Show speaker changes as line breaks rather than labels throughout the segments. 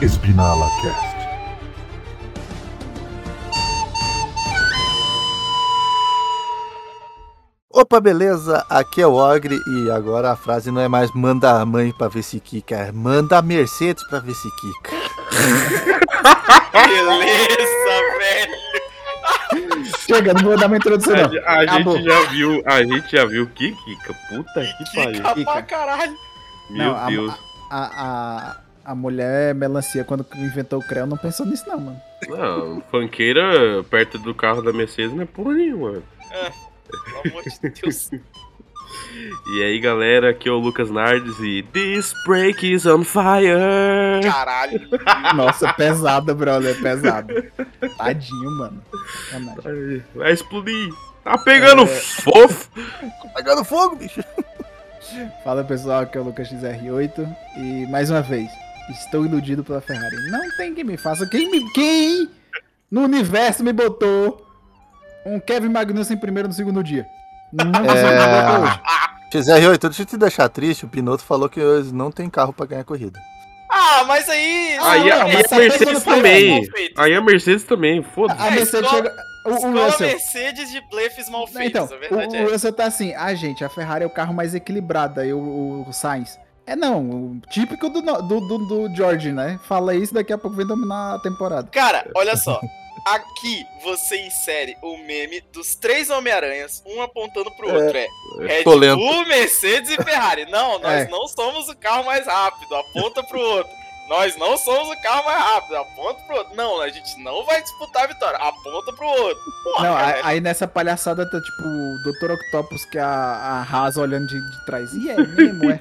Espinala Cast.
Opa, beleza? Aqui é o Ogre e agora a frase não é mais manda a mãe pra ver se quica, é manda a Mercedes pra ver se quica.
Beleza, velho.
Chega, não vou dar uma introdução,
A,
não.
ge- a
Acabou.
gente já viu, a gente já viu que Kika, puta que
Quica
pariu.
Tá pra
Kika.
caralho.
Meu
Não, a-
Deus.
A, a, a mulher melancia, quando inventou o Creu, não pensou nisso, não, mano.
Não, funkeira perto do carro da Mercedes não é porra nenhuma.
É, Pelo amor de Deus.
E aí, galera, aqui é o Lucas Nardes e This Break is on fire.
Caralho.
Nossa, pesado, brother, pesado. Tadinho, mano. Sacanagem.
Vai explodir. Tá pegando
É.
fofo.
Tá pegando fogo, bicho.
Fala, pessoal, aqui é o Lucas XR8 e, mais uma vez, estou iludido pela Ferrari. Não tem quem me faça. Quem, me, quem no universo me botou um Kevin Magnussen em primeiro no segundo dia? Não consigo
É.
botar hoje.
XR8, deixa eu te deixar triste, o Pinoto falou que eles não tem carro pra ganhar corrida.
Ah, mas aí.
Ah,
Aí,
não,
a- aí
mas
a Mercedes
a Mercedes não
também.
feito.
Aí a Mercedes também, foda-se.
A Mercedes
É, escola-
chega. O, o
Escola
Russell.
Mercedes de blefes mal
Não,
feitos.
então,
a verdade
o,
é.
o Russell tá assim, ah, gente, a Ferrari é o carro mais equilibrado, aí o, o Sainz. É não, o típico do, no- do, do, do George, né? Fala isso, daqui a pouco vem dominar a temporada.
Cara, olha só. Aqui você insere o meme dos três Homem-Aranhas, um apontando pro outro. É Red
Tô lento.
Bull, Mercedes e Ferrari. Não, nós
É.
não somos o carro mais rápido. Aponta pro outro. Nós não somos o carro mais rápido. Aponta pro outro. Não, a gente não vai disputar a vitória. Aponta pro outro. Porra,
não, aí,
cara.
aí nessa palhaçada tá tipo o Dr. Octopus que é a, a Haas olhando de, de trás. E é mesmo, é.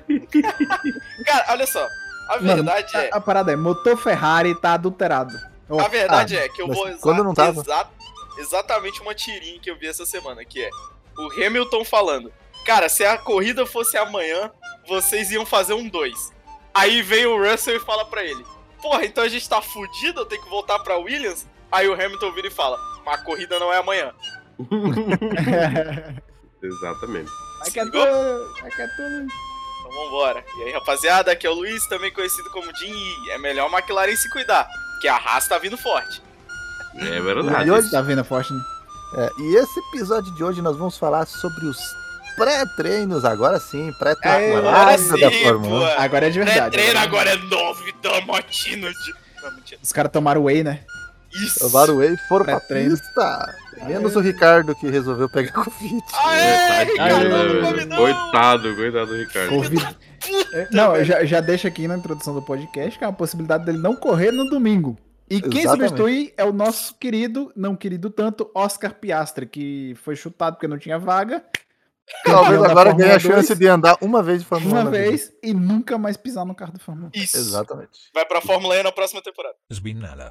Cara, olha só. A
Mano,
verdade
tá
é.
A, a parada é, motor Ferrari tá adulterado. Ó,
A verdade é que eu
Ah, mas
vou exa-
quando não tava?
exa- exatamente uma tirinha que eu vi essa semana, que é o Hamilton falando: Cara, se a corrida fosse amanhã, vocês iam fazer um 2. Aí vem o Russell e fala pra ele: Porra, então a gente tá fudido, eu tenho que voltar pra Williams? Aí o Hamilton vira e fala: Mas a corrida não é amanhã.
Exatamente.
Vai que é tudo, vai que é tudo.
Então vambora. E aí, rapaziada, aqui é o Luiz, também conhecido como Jim E. É melhor a McLaren se cuidar, que a Haas tá vindo forte.
É
E
verdade.
hoje tá vendo a forte, né?
É, e esse episódio de hoje nós vamos falar sobre os pré-treinos, agora sim,
É,
pré-temporada
agora
da
sim,
Fórmula 1.
Agora é de
É
verdade.
treino
agora é de
agora é nove da matina de. Não, mentira.
Os caras tomaram whey, né?
Isso!
Levaram ele e foram pra
Pré-treino.
pista. Menos o Ricardo que resolveu pegar Covid.
Aê, É, Ricardo,
Aê,
não
Coitado,
come não!
né, coitado, coitado do Ricardo.
Covid. É, Não, eu já, já deixo aqui na introdução do podcast que é uma possibilidade dele não correr no domingo. E quem
Exatamente.
substitui é o nosso querido, não querido tanto, Oscar Piastre, que foi chutado porque não tinha vaga.
Talvez
campeão da
agora
Fórmula
ganhe a chance
2,
de andar uma vez de Fórmula 1.
uma
na vida.
vez e nunca mais pisar no carro do Fórmula um.
Isso.
Exatamente.
Vai pra Fórmula E na próxima temporada.
Espinala.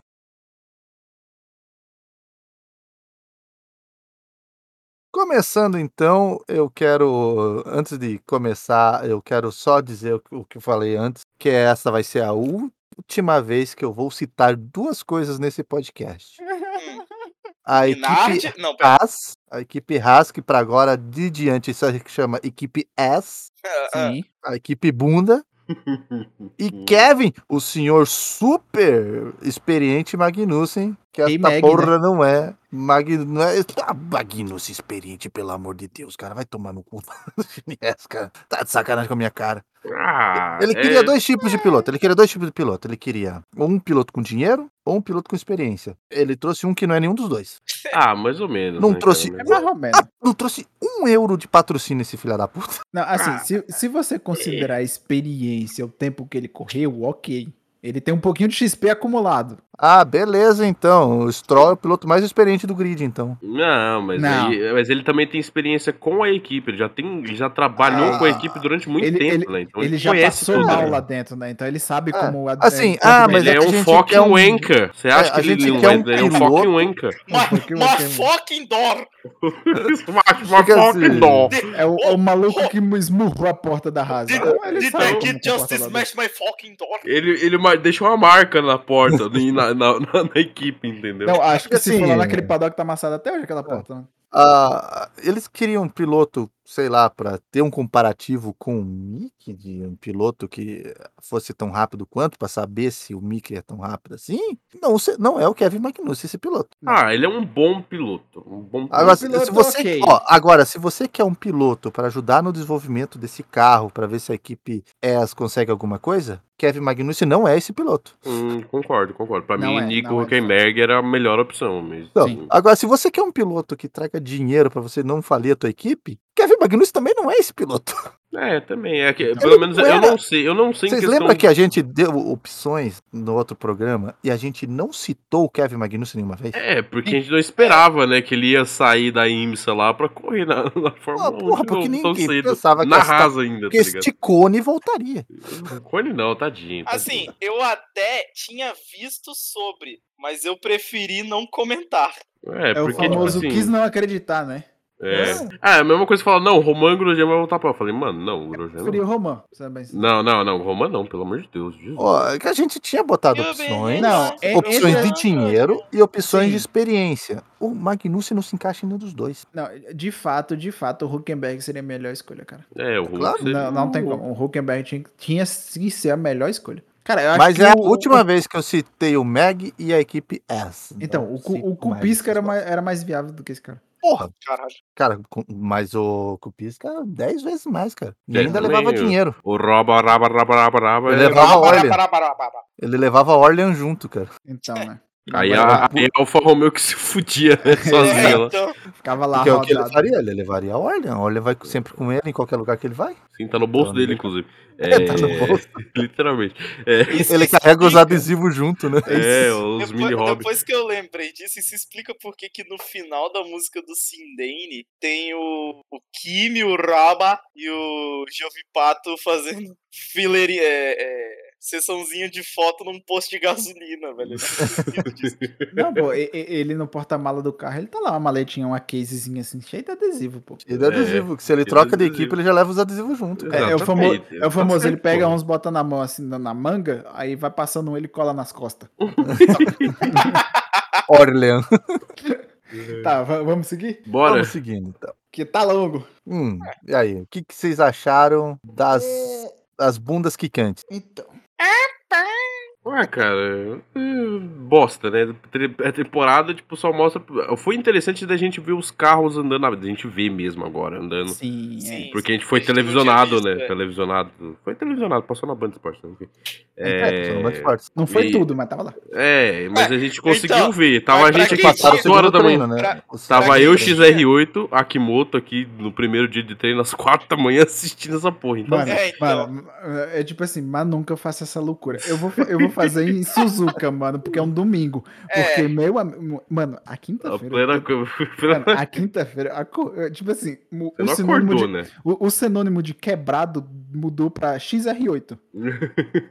Começando então, eu quero, antes de começar, eu quero só dizer o que- o que eu falei antes, que essa vai ser a última vez que eu vou citar duas coisas nesse podcast. A equipe
Minardi? Não, pera.
Haas, a equipe Haas, que para agora de diante isso se chama equipe S,
Ah,
1. Sim. um
a equipe Bunda, e
Hum.
Kevin, o senhor super experiente Magnussen, que essa
E Mag, né?
porra não é. Magnu, não é tá, Magnussen experiente, pelo amor de Deus, cara. Vai tomar no cu. Yes, cara. Tá de sacanagem com a minha cara.
Ah,
Ele
é-
queria dois tipos de piloto. Ele queria dois tipos de piloto. Ele queria ou um piloto com dinheiro ou um piloto com experiência. Ele trouxe um que não é nenhum dos dois.
Ah, mais ou menos.
Não
né,
trouxe-
É
cara?
mais ou menos.
Ah, não trouxe um euro de patrocínio esse filho da puta.
Não,
Ah,
assim, se, se
é.
você considerar a experiência, o tempo que ele correu, ok. Ele tem um pouquinho de XP acumulado.
Ah, beleza, então. O Stroll é o piloto mais experiente do grid, então.
Não, mas,
Não.
aí- mas ele também tem experiência com a equipe. Ele já, tem, ele já trabalhou
Ah,
com a equipe durante muito
ele-
tempo, né? Então
ele já passou
tudo,
mal
né?
lá dentro, né? Então ele sabe
Ah,
como... a-
assim,
é,
ah,
como
mas
ele
é
é,
que a gente
um fucking
quer um-
wanker. Você acha
a
que
gente
ele não
quer
é?
um
Ele é um
piloto.
fucking wanker.
Uma,
porque
uma
você-
fucking door!
Uma
Fica assim.
fucking dó.
É o, é o maluco que esmurrou a porta da Haas.
Did,
Ah, ele
did
sabe
I
como
kid
que a
just
porta lá
smash my fucking door?
Ele, ele ma- deixou uma marca na porta, e na, na- na- na equipe, entendeu?
dentro. Não, acho que se
Assim,
for lá naquele paddock tá amassado até hoje aquela porta. né?
Ah, eles queriam um piloto sei lá, para ter um comparativo com o Mick de um piloto que fosse tão rápido quanto, para saber se o Mick é tão rápido assim, não, se- não é o Kevin Magnussen esse piloto.
Ah, ele é um bom piloto. Um bom piloto.
Agora,
piloto é
se você,
ok.
ó, agora, se você quer um piloto para ajudar no desenvolvimento desse carro, para ver se a equipe ES consegue alguma coisa, Kevin Magnussen não é esse piloto.
Hum, concordo, concordo. Pra
Não
mim,
é,
Nico
não é.
Huckenberg era a melhor opção. Mas...
Então,
Sim.
agora, se você quer um piloto que traga dinheiro para você não falir a tua equipe, Kevin Magnussen também não é esse piloto.
É, também. É que,
Ele
pelo menos eu
era-
não sei. Eu não sei em
Vocês
questão-
lembram que a gente deu opções no outro programa e a gente não citou o Kevin Magnussen nenhuma vez?
É, porque a gente não esperava, né, que ele ia sair da IMSA lá pra correr na, na Fórmula
Ah,
1
porra,
de
porque
novo, tão
ninguém
cedo.
pensava que tipo
Na
essa-
rasa ainda, tá
Porque
ligado?
esticone voltaria.
Cone não, tadinho.
Assim,
tadinho.
eu até tinha visto sobre, mas eu preferi não comentar.
É,
É o
porque, tipo
famoso
assim...
quis não acreditar, né?
É. Ah, é a mesma coisa que falar, não, o Roman Grosjean vai voltar pra... Eu falei, mano, não, o
É
Grosjean
Frio
não.
Roman, sabe?
Não, não, não, o Roman não, pelo amor de Deus. Jesus.
Ó, que a gente tinha botado
Eu
opções.
bem-
Não, é-
opções
esse
de
é-
dinheiro e opções de
Sim.
experiência. O Magnussen não se encaixa em nenhum dos dois.
não, de fato, de fato, o Huckenberg seria a melhor escolha, cara.
É, o Hulk...
Claro,
seria-
Não, não tem como. O Huckenberg tinha, tinha que ser a melhor escolha. Cara, eu acho
Mas
que
é a
o-
última vez que eu citei o Meg e a equipe S.
Então, o, cu-
cito
o
mais
Kubiska era
esses
mais, era mais viável do que esse cara.
dois. Porra,
Caralho.
cara, cu- mas o Kupiska 10 vezes mais, cara. E
Dez
ainda
também,
levava
É, eu-
dinheiro.
O Roba, Raba, Raba, Raba, Raba...
Ele
é-
levava a
Pará,
Orlean.
pará, pará, pará.
Ele levava a Orlean junto, cara.
Então, né?
Aí
Agora,
a, aí a Alfa Romeo que se fudia, né,
É,
sozinha lá.
então,
Ficava lá
Porque é o que ele
rodado.
faria? Ele levaria a Orlean. A Orlean vai sempre com ele em qualquer lugar que ele vai.
Sim, tá no bolso
Tá,
dele,
né?
inclusive.
É, tá no bolso.
Literalmente. É,
isso
Ele
explica-
carrega os adesivos junto, né?
é, os
Depois,
mini hobbits.
depois que eu lembrei disso, isso explica por que que no final da música do Sindane tem o, o Kimi, o Raba e o Jovipato fazendo fileri, é, é, sessãozinha de foto num posto de gasolina, velho. Eu tinha esquecido disso.
Não, pô, e- e- ele no porta-mala do carro, ele tá lá, uma maletinha, uma casezinha assim, cheia de adesivo, pô.
Ele é adesivo. que se ele
ele é
troca de
adesivo.
equipe, ele já leva os adesivos junto.
É, é o,
Exatamente,
famo- é o
tá
famoso, ele
certo,
pega
pô.
uns, bota na mão assim, na, na manga, aí vai passando um, ele cola nas costas.
Orlean.
Tá, va- vamos seguir?
Bora.
Vamos seguindo, então.
Que tá longo.
Hum, e aí, o que, que vocês acharam das, das bundas quicantes?
Então,
Ué, cara, é, bosta, né? Tri- A temporada, tipo, só mostra. Foi interessante da gente ver os carros andando na. A gente vê mesmo agora andando.
sim, é.
Sim.
Porque a gente foi
A gente não tinha
televisionado,
visto,
né?
é.
Televisionado. Foi televisionado, passou na Band Esporte. Né? enfim.
É, são muito fortes.
Não foi
E-
tudo, mas tava lá.
É, mas a gente conseguiu
então,
ver. Tava a
mas pra
gente
quem
aqui
tinha-
Passaram o
5 horas
segundo
da manhã.
treino, né? Os-
Tava
pra
eu,
quem
XR8, Akimoto aqui no primeiro dia de treino, às 4 da manhã, assistindo essa porra. Então,
Mano,
É, então.
mano, é tipo assim, mas nunca faça essa loucura. Eu vou, fa- eu vou fazer em Suzuka, mano, porque é um domingo. Porque,
É.
meu amigo. Mano,
é
assim,
a
a
quinta-feira.
plena.
né?
Mano, a quinta-feira. a co- é, Tipo assim, o,
Você
o
não
sinônimo
acordou,
de,
né?
o, o sinônimo de quebrado mudou pra XR8.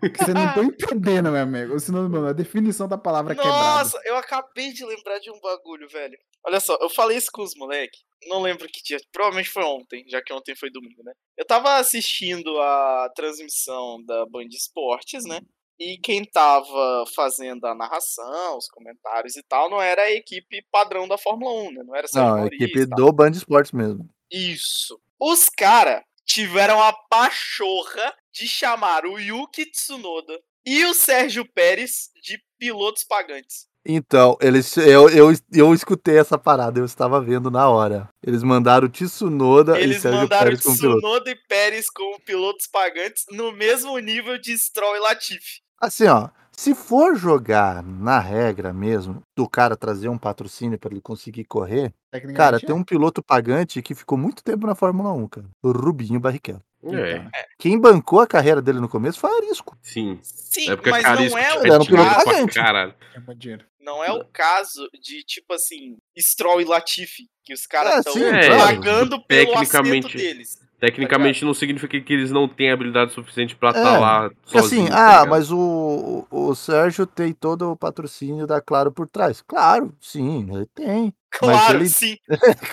Que você não tá entendendo, meu amigo. O sinônimo, a definição da palavra quebrado.
Nossa, eu acabei de lembrar de um bagulho, velho. Olha só, eu falei isso com os moleque. Não lembro que dia. Provavelmente foi ontem, já que ontem foi domingo, né? Eu tava assistindo a transmissão da Band Esportes, né? E quem tava fazendo a narração, os comentários e tal, não era a equipe padrão da Fórmula 1, né? Não era Sérgio
Não, a
Maurício e
equipe
tal.
do Band Esportes mesmo.
Isso. Os caras tiveram a pachorra de chamar o Yuki Tsunoda e o Sérgio Pérez de pilotos pagantes.
Então, eles, eu, eu, eu escutei essa parada, eu estava vendo na hora. Eles mandaram o Tsunoda e
Eles
Sérgio
mandaram
Pérez como piloto.
Tsunoda e Pérez como pilotos pagantes no mesmo nível de Stroll e Latifi.
Assim, ó, se for jogar na regra mesmo, do cara trazer um patrocínio para ele conseguir correr,
Tecnicamente,
cara,
é.
tem um piloto pagante que ficou muito tempo na Fórmula 1, cara. O Rubinho Barrichello.
É,
Então,
Quem bancou a carreira dele no começo foi Arisco.
sim.
Sim,
É porque
mas
Carisco
não é
tinha
Ele era um
o
piloto
retirado
caso,
pra
pagante.
caralho.
é muito dinheiro.
não é o caso de tipo assim, Stroll e Latifi, que os
É,
caras estão
sim,
é,
pagando pelo assento
tecnicamente-
deles.
Tecnicamente não significa que eles não têm habilidade suficiente pra
É,
estar lá
Porque
sozinho.
assim,
tá
ah,
ligado?
mas o, o o Sérgio tem todo o patrocínio da Claro por trás. Claro, sim, ele tem.
Claro,
ele-
sim.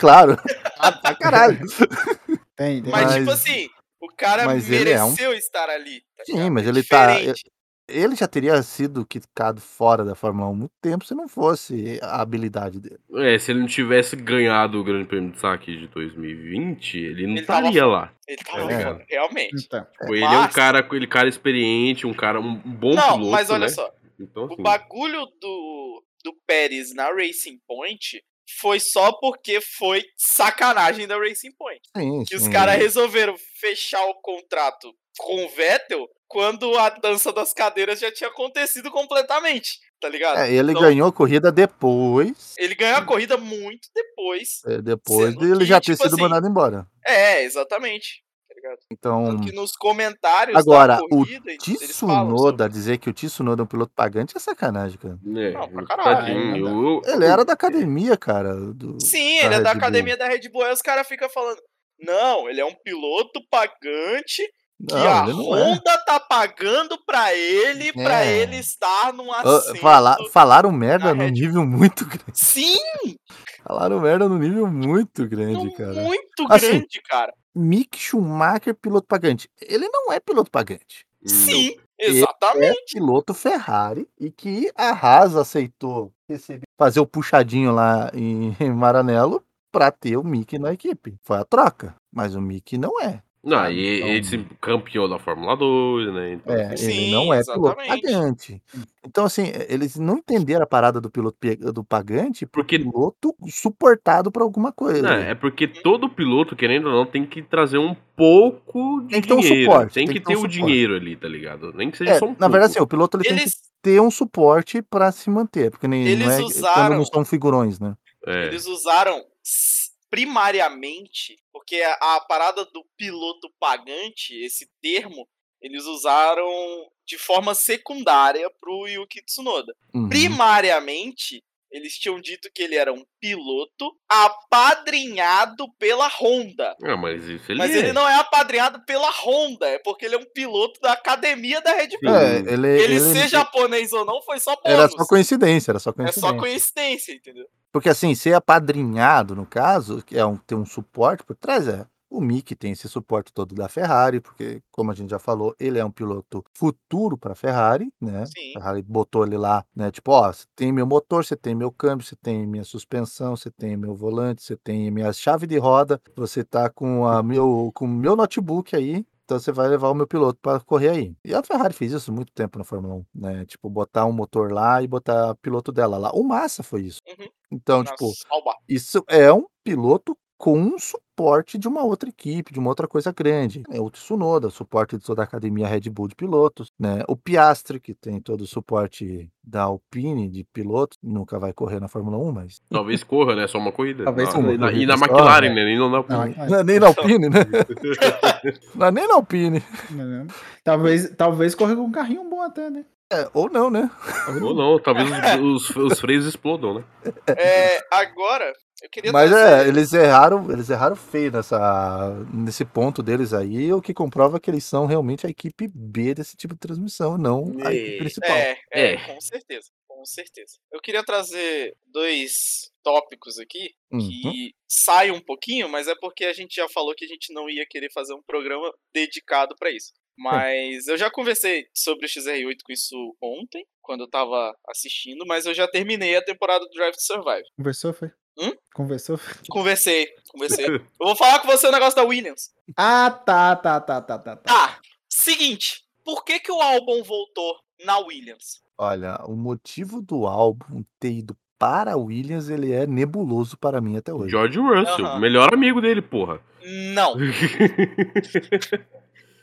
Claro. Ah,
É
pra caralho.
Tem, tem.
Mas, tipo
Mas-
assim, o cara
mas ele é um-
mereceu estar ali. tá
Sim,
ligado?
mas
É
ele tá-
diferente.
Ele já teria sido quitado fora da Fórmula 1 há muito tempo se não fosse a habilidade dele.
É, se ele não tivesse ganhado o Grande Prêmio de Saki de 2020, ele não
Ele tava
estaria lá.
Ele tava
É.
foda, realmente.
Então,
Tipo, ele é um
Mas-
cara, ele é um cara experiente, um cara, um bom
Não,
piloto,
mas olha
né?
só.
Então,
O
assim,
bagulho do, do Pérez na Racing Point foi só porque foi sacanagem da Racing Point.
Sim,
Que os
sim.
caras resolveram fechar o contrato com o Vettel quando a dança das cadeiras já tinha acontecido completamente, tá ligado?
É, Hum. ele
Então,
ganhou a corrida depois.
Ele ganhou a corrida muito depois.
é, Depois
Sendo
de ele
que,
já ter
tipo
sido
assim,
mandado embora.
É, exatamente. Tá ligado?
Então,
Tanto que nos comentários
Agora,
da
o
corrida, eles falam sobre...
Tsunoda, dizer que o Tsunoda é um piloto pagante é sacanagem, cara.
né,
Não, pra caralho. né?
tadinho,
Ele
eu-
Ele era da academia, cara. Do...
é. Sim,
da
ele é da
Red Bull.
academia da Red Bull. Aí os caras ficam falando: não, ele é um piloto pagante que a
Não, ele não é.
Honda tá pagando pra ele, pra
É.
ele estar num
Ah,
assento.
fala- falaram merda
na
num
Red Bull.
nível muito grande.
Sim,
Falaram merda num nível muito grande,
num-
cara.
muito
Assim,
grande, cara.
Mick Schumacher, piloto pagante. Ele não é piloto pagante.
Não.
Sim,
Ele
exatamente.
É piloto Ferrari e que a Haas aceitou receber- fazer o puxadinho lá em em Maranello pra ter o Mick na equipe. Foi a troca. Mas o Mick não é.
Não,
sabe?
e
Então-
ele se campeão da Fórmula 2, né? Então,
É,
assim,
ele
Sim,
não é
exatamente.
piloto pagante. Então, assim, eh, eles não entenderam a parada do piloto pe- do pagante por
Porque
piloto suportado por alguma coisa.
Não, é porque todo piloto, querendo ou não, tem que trazer um pouco de
Tem que ter um
dinheiro.
suporte,
tem,
tem
que
que ter
ter,
um
o
suporte.
dinheiro ali, tá ligado? Nem que seja
É,
só um
na verdade, assim,
pouco.
o piloto ele tem que
Eles,
ter um suporte pra se manter, porque nem
Eles
não, é, quando
usaram-
não são figurões, né?
É.
eles usaram s- primariamente, porque a, a parada do piloto pagante, esse termo, eles usaram de forma secundária pro Yuki Tsunoda.
Uhum.
primariamente, eles tinham dito que ele era um piloto apadrinhado pela Honda.
Ah, mas isso ele
Mas
é.
ele não é apadrinhado pela Honda, é porque ele é um piloto da academia da Red Bull.
É,
Sim.
ele,
Que ele,
ele-
ser japonês ou não foi só bônus.
era só coincidência, era só
é
coincidência.
só coincidência, entendeu?
Porque assim, ser apadrinhado, no caso, que é um, ter um suporte por trás, é. O Mick tem esse suporte todo da Ferrari, porque, como a gente já falou, ele é um piloto futuro para a Ferrari, né?
Sim.
A Ferrari botou ele lá, né? Tipo, ó, você tem meu motor, você tem meu câmbio, você tem minha suspensão, você tem meu volante, você tem minha chave de roda, você tá com
Uhum.
a meu com o meu notebook aí. Então você vai levar o meu piloto para correr aí. E a Ferrari fez isso muito tempo na Fórmula 1, né? Tipo, botar um motor lá e botar piloto dela lá. O Massa foi isso.
Uhum.
Então,
Na
tipo,
Sauber.
isso é um piloto com um suporte de uma outra equipe, de uma outra coisa grande. É o Tsunoda, suporte de toda a academia Red Bull de pilotos, né? O Piastri, que tem todo o suporte da Alpine de pilotos, nunca vai correr na Fórmula 1, mas...
Talvez corra, né? Só uma corrida.
Talvez
Ah,
só uma
e, na, e
corrida
na
só,
McLaren,
né?
né? Nem não na
não,
Alpine.
Não é nem na Alpine, né? Não é nem na Alpine.
não, não. Talvez, talvez corra com um carrinho bom até, né?
É, ou não, né?
Ou não, talvez os, os, os freios explodam, né?
É, agora, eu queria
Mas
trazer-
é, eles erraram, eles erraram feio nessa, nesse ponto deles aí, o que comprova que eles são realmente a equipe B desse tipo de transmissão, não a equipe
É.
principal.
É, é,
É.
com certeza, com certeza. Eu queria trazer dois tópicos aqui
Uhum.
que saem um pouquinho, mas é porque a gente já falou que a gente não ia querer fazer um programa dedicado pra isso. Mas eu já conversei sobre o XR8 com isso ontem, quando eu tava assistindo, mas eu já terminei a temporada do Drive to Survive.
Conversou, foi?
Hum?
Conversou? Foi?
Conversei, conversei. eu vou falar com você o negócio da Williams.
Ah, tá, tá, tá, tá, tá. tá.
Tá, seguinte, por que que o álbum voltou na Williams?
Olha, o motivo do álbum ter ido para a Williams, ele é nebuloso para mim até hoje.
George Russell,
Aham.
melhor amigo dele, porra.
Não.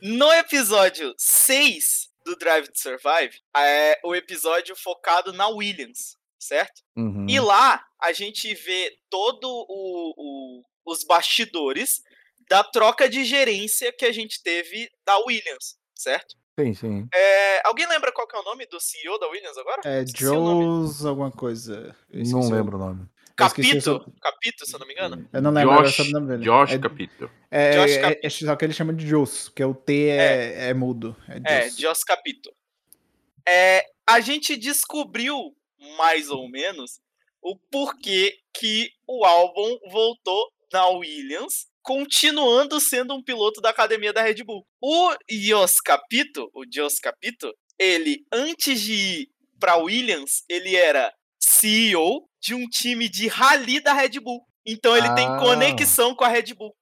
No episódio 6 do Drive to Survive, é o episódio focado na Williams, certo?
Uhum.
Hum.
E lá a gente vê todo o, o- os bastidores da troca de gerência que a gente teve da Williams, certo?
Sim, sim.
É, alguém lembra qual que é o nome do CEO da Williams agora?
É
Esqueci o nome.
Joes alguma coisa. Eu
não
esqueci o-
lembro o nome.
eu esqueci o
Capito,
seu-
Capito, se eu não me engano.
Eu não lembro agora o
Josh-
sobrenome dele.
Josh
é,
Capito.
é,
Josh
é-
Capito.
é só que ele chama de Joes, porque o T é, é. mudo. É,
É,
Joes.
Jos Capito. É, a gente descobriu, mais ou menos, o porquê que o álbum voltou na Williams, continuando sendo um piloto da academia da Red Bull. O Jos Capito, o Jos Capito, ele, antes de ir pra Williams, ele era CEO de um time de rally da Red Bull. Então ele tem
Ah.
conexão com a Red Bull.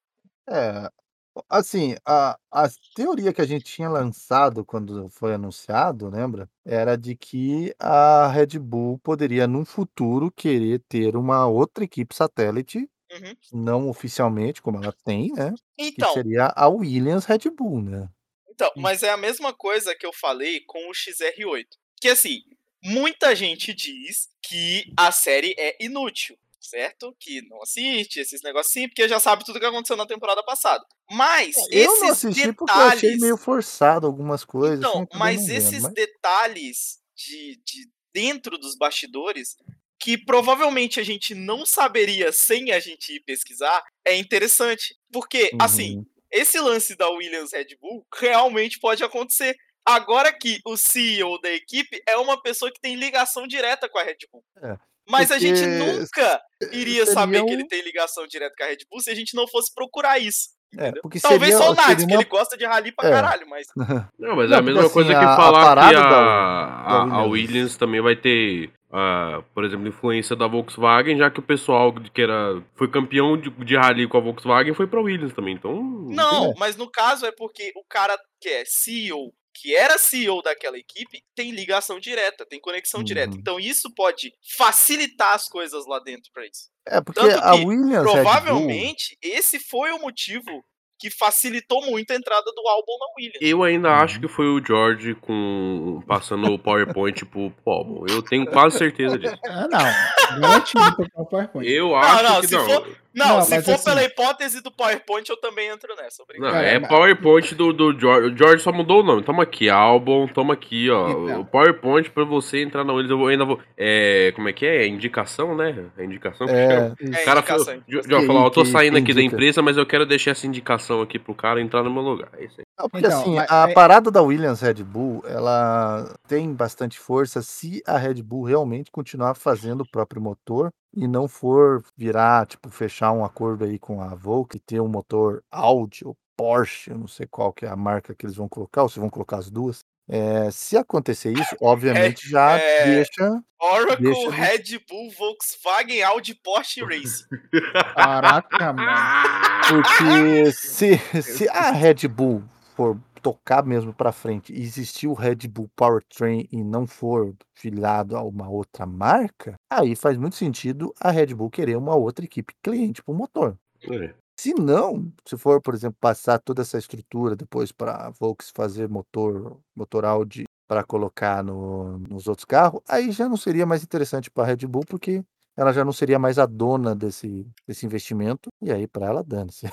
É, assim, a, a teoria que a gente tinha lançado quando foi anunciado, lembra? Era de que a Red Bull poderia, num futuro, querer ter uma outra equipe satélite,
Uhum.
não oficialmente, como ela tem, né? Que
Então,
seria a Williams Red Bull, né?
Então, mas é a mesma coisa que eu falei com o XR8. Que assim, muita gente diz que a série é inútil, certo? Que não assiste esses negocinhos, porque já sabe tudo que aconteceu na temporada passada. Mas
É, Eu não
esses
assisti
detalhes.
porque eu achei meio forçado algumas coisas. assim,
Então,
acabei
mas
não vendo,
esses
mas-
detalhes de, de dentro dos bastidores, que provavelmente a gente não saberia sem a gente ir pesquisar, é interessante. Porque, assim,
Uhum.
esse lance da Williams Red Bull realmente pode acontecer. Agora que o CEO da equipe é uma pessoa que tem ligação direta com a Red Bull.
É,
Mas a gente
porque eh,
nunca iria saber
seria
que ele
um-
tem ligação direta com a Red Bull se a gente não fosse procurar isso.
É, porque
Talvez
seria,
só o Nads,
seria
que
uma-
ele gosta de rally pra
É.
caralho, mas.
Não, mas
Não,
é a
porque,
mesma
assim,
coisa que
a- a
falar que
parada
a,
da-
a,
da
a
Williams.
Williams também vai ter, ah, por exemplo, influência da Volkswagen, já que o pessoal que era, foi campeão de, de rally com a Volkswagen foi pra Williams também, então...
Não, mas no caso é porque o cara que é CEO, que era CEO daquela equipe, tem ligação direta, tem conexão direta.
Uhum.
Então isso pode facilitar as coisas lá dentro pra isso.
É, porque
Tanto
a
que,
Williams Red Bull-
Provavelmente, esse foi o motivo que facilitou muito a entrada do álbum na Williams.
Eu ainda
Uhum.
acho que foi o George com passando o PowerPoint pro Pobo. Eu tenho quase certeza disso.
Ah, não. Garantido pra o PowerPoint.
Eu acho
não,
que
se
não.
for- Não,
Não,
se
mas
for
assim-
pela hipótese do PowerPoint, eu também entro nessa. Obrigado.
Não,
Cara,
é
mas-
PowerPoint do, do George. O George só mudou o nome. Toma aqui, álbum, toma aqui, ó.
Então.
O PowerPoint pra você entrar na Williams. Eu vou- ainda vou. É, como é que é? É indicação, né? É indicação que chama.
É,
É,
O cara falou,
indicação,
Jo- Jo
Que-
falou, ó, eu tô
que-
saindo
que
aqui da
indica.
empresa, mas eu quero deixar essa indicação aqui pro cara entrar no meu lugar. É isso aí.
Não, porque
Então,
assim,
mas-
a
é-
parada da Williams Red Bull, ela tem bastante força se a Red Bull realmente continuar fazendo o próprio motor e não for virar, tipo, fechar um acordo aí com a Volkswagen e ter um motor Audi ou Porsche, eu não sei qual que é a marca que eles vão colocar, ou se vão colocar as duas. É, se acontecer
É,
isso, obviamente já
é-
deixa.
Oracle,
Deixa eu-
Red Bull, Volkswagen, Audi, Porsche Race.
Caraca, mano.
Porque se, se a Red Bull for tocar mesmo pra frente e existir o Red Bull Powertrain e não for filiado a uma outra marca, aí faz muito sentido a Red Bull querer uma outra equipe cliente pro motor.
É.
Se não, se for, por exemplo, passar toda essa estrutura depois para a Volks fazer motor, motor Audi para colocar no- nos outros carros, aí já não seria mais interessante para a Red Bull, porque ela já não seria mais a dona desse, desse investimento, e aí para ela dane-se.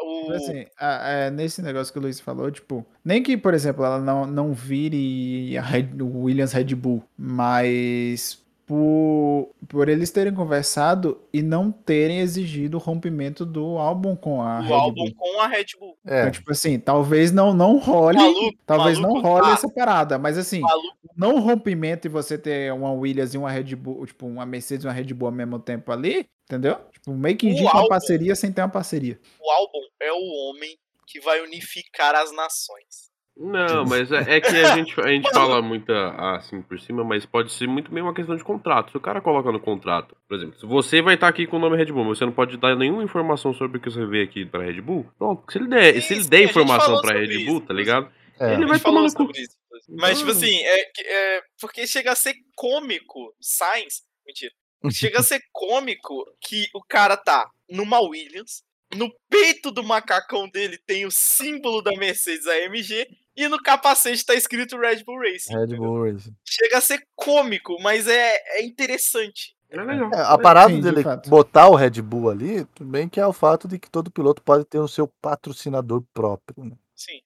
O-
Assim, a- é, nesse negócio que o Luiz falou, tipo, nem que, por exemplo, ela não, não vire a Red- o Williams Red Bull, mas por, por eles terem conversado e não terem exigido o rompimento do álbum com a Red
o álbum
Bull.
com a Red Bull.
É,
Então, tipo assim, talvez não, não role,
Maluco,
talvez não
maluco,
role
tá.
essa parada, mas assim,
Maluco,
não rompimento e você ter uma Williams e uma Red Bull, tipo, uma Mercedes e uma Red Bull ao mesmo tempo ali, entendeu? Tipo, meio que
O
indica uma
álbum-
parceria sem ter uma parceria.
o álbum é o homem que vai unificar as nações.
Não, mas é, é que a gente, a gente fala muito ah, assim por cima, mas pode ser muito bem uma questão de contrato. Se o cara coloca no contrato, por exemplo, se você vai estar aqui com o nome Red Bull, mas você não pode dar nenhuma informação sobre o que você vê aqui pra Red Bull, pronto. porque Se ele der,
Sim,
se ele
sim,
der
a gente
informação
falou
pra
sobre
Red
isso,
Bull, tá
inclusive.
ligado?
é.
Ele
A
vai
gente falou
tomar no cu.
sobre isso. Mas, tipo assim, é, que- é porque chega a ser cômico, Sainz. Mentira. Chega a ser cômico que o cara tá numa Williams, no peito do macacão dele tem o símbolo da Mercedes AMG e no capacete tá escrito Red Bull Racing.
É.
Red Bull Racing.
Chega a ser cômico, mas é, é interessante.
É legal.
É, a parada
Sim, de
dele
fato.
botar o Red Bull ali, tudo bem que é o fato de que todo piloto pode ter o seu patrocinador próprio. né?
Sim.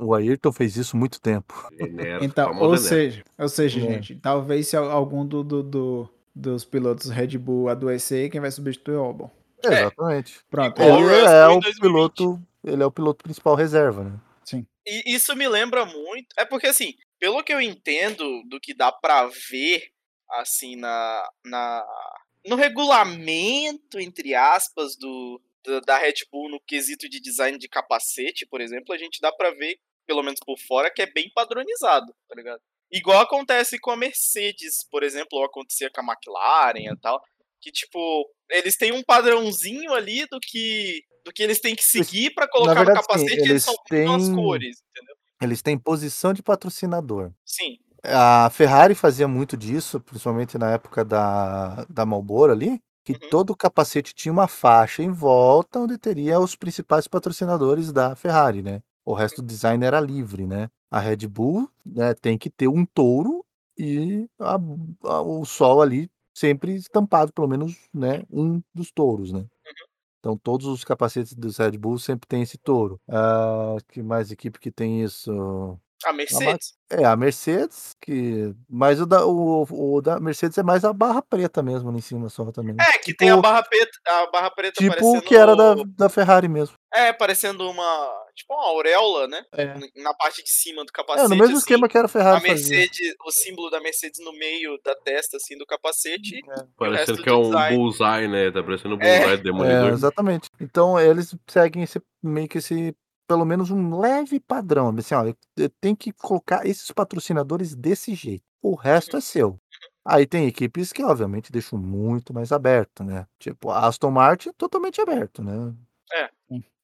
O Ayrton fez isso muito tempo.
Enero,
Então,
famoso
ou
Enero.
seja, ou seja,
É.
gente, talvez se al- algum do, do- do- dos pilotos Red Bull adoecer, quem vai substituir é o álbum.
É.
Exatamente.
Pronto.
Igual- Ó, o
Ele
Russell
é
em
o
2020.
piloto, ele é o piloto principal reserva, né?
E isso me lembra muito. É porque, assim, pelo que eu entendo do que dá pra ver, assim, na. na no regulamento, entre aspas, do, da, da Red Bull no quesito de design de capacete, por exemplo, a gente dá pra ver pelo menos por fora, que é bem padronizado, tá ligado? Igual acontece com a Mercedes, por exemplo, ou acontecia com a McLaren e tal, que tipo, eles têm um padrãozinho ali do que do que eles têm que seguir pra colocar
verdade,
no capacete,
sim,
eles,
eles
são muito nas
têm-
cores, entendeu?
Eles têm posição de patrocinador.
Sim.
A Ferrari fazia muito disso, principalmente na época da, da Marlboro ali, que
Uhum.
todo capacete tinha uma faixa em volta onde teria os principais patrocinadores da Ferrari, né? O resto do design era livre, né? A Red Bull né, tem que ter um touro e a- a- o sol ali sempre estampado, pelo menos né, um dos touros, né? Então todos os capacetes dos Red Bull sempre tem esse touro. Ah, que mais equipe que tem isso?
A Mercedes.
É, a Mercedes, que. Mas o da, o, o da Mercedes é mais a barra preta mesmo ali em cima só também.
É, que tem a barra preta, a barra preta
Tipo o
parecendo
que era da, da Ferrari mesmo.
É, parecendo uma, tipo uma auréola, né?
É.
Na parte de cima do
É,
capacete.
no mesmo
assim,
esquema que era a Ferrari.
a
fazia.
Mercedes, o símbolo da Mercedes no meio da testa, assim, do capacete.
Hum,
Parecendo
resto
que é um
design.
bullseye, né? Tá parecendo um bullseye do
É,
demolidor.
exatamente. Então eles seguem esse, meio que esse. Pelo menos um leve padrão. Assim, ó, eu tenho que colocar esses patrocinadores desse jeito. O resto é seu. Aí tem equipes que, obviamente, deixam muito mais aberto, né? Tipo, a Aston Martin é totalmente aberto, né?
É.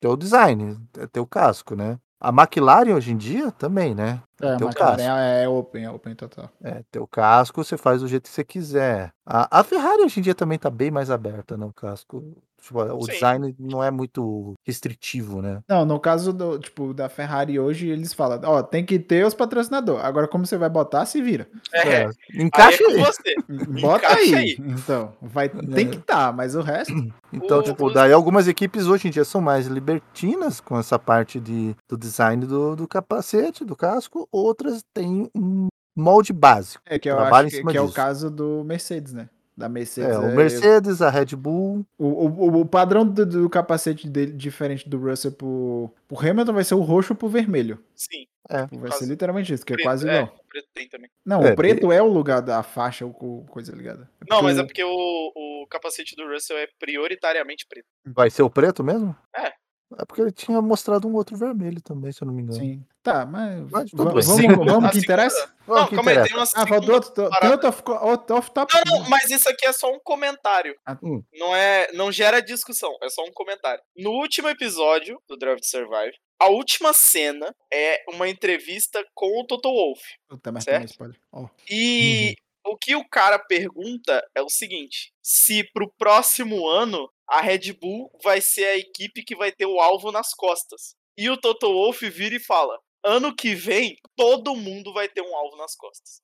Tem o design, é teu casco, né? A McLaren hoje em dia também, né?
É, a
teu
McLaren
casco.
é open, é open total.
É, teu casco você faz do jeito que você quiser. A, a Ferrari hoje em dia também tá bem mais aberta, né? O casco. Tipo, o
Sim.
design não é muito restritivo, né?
Não, no caso do, tipo, da Ferrari hoje, eles falam, ó, tem que ter os patrocinadores. Agora, como você vai botar, se vira.
É, aí é
Encaixa
com
aí.
você.
Bota
Encaixa
aí.
aí.
Então, vai,
É.
tem que estar, mas o resto.
Então,
O-
tipo,
o-
daí algumas equipes hoje em dia são mais libertinas com essa parte de, do design do, do capacete, do casco. Outras têm um molde básico.
É que eu
Trabalha
acho
em
que,
cima
que é o
disso.
caso do Mercedes, né? Da Mercedes.
É, o
é-
Mercedes, a Red Bull.
o, o- o padrão do, do capacete dele, diferente do Russell pro, pro Hamilton, vai ser o roxo pro vermelho.
Sim,
É.
Vai
Quase.
ser literalmente isso, que é
preto,
quase
é,
igual.
preto tem também.
Não,
É,
o preto é o lugar da faixa, o, co- coisa ligada.
Não, mas é
porque
porque o, o capacete do Russell é prioritariamente preto.
Vai ser o preto mesmo?
É.
É porque ele tinha mostrado um outro vermelho também, se eu não me engano.
Sim. Tá, mas.
É. Mas tudo
vamos
bem.
vamos,
Segunda- a
vamos que
segunda-
interessa?
Vamos
não,
que
calma aí,
interessa.
tem uma
Ah,
segunda
faltou outro. Tem
tá parada.
outro off- outro off-top.
Não, não, mas isso aqui é só um comentário.
Ah.
Hum.
Não é, não gera discussão, é só um comentário. No último episódio do Draft Survive, a última cena é uma entrevista com o Toto Wolff.
Puta, mas
Certo.
também spoiler. Ó.
E o que o cara pergunta é o seguinte: se pro próximo ano a Red Bull vai ser a equipe que vai ter o alvo nas costas. E o Toto Wolff vira e fala: ano que vem todo mundo vai ter um alvo nas costas.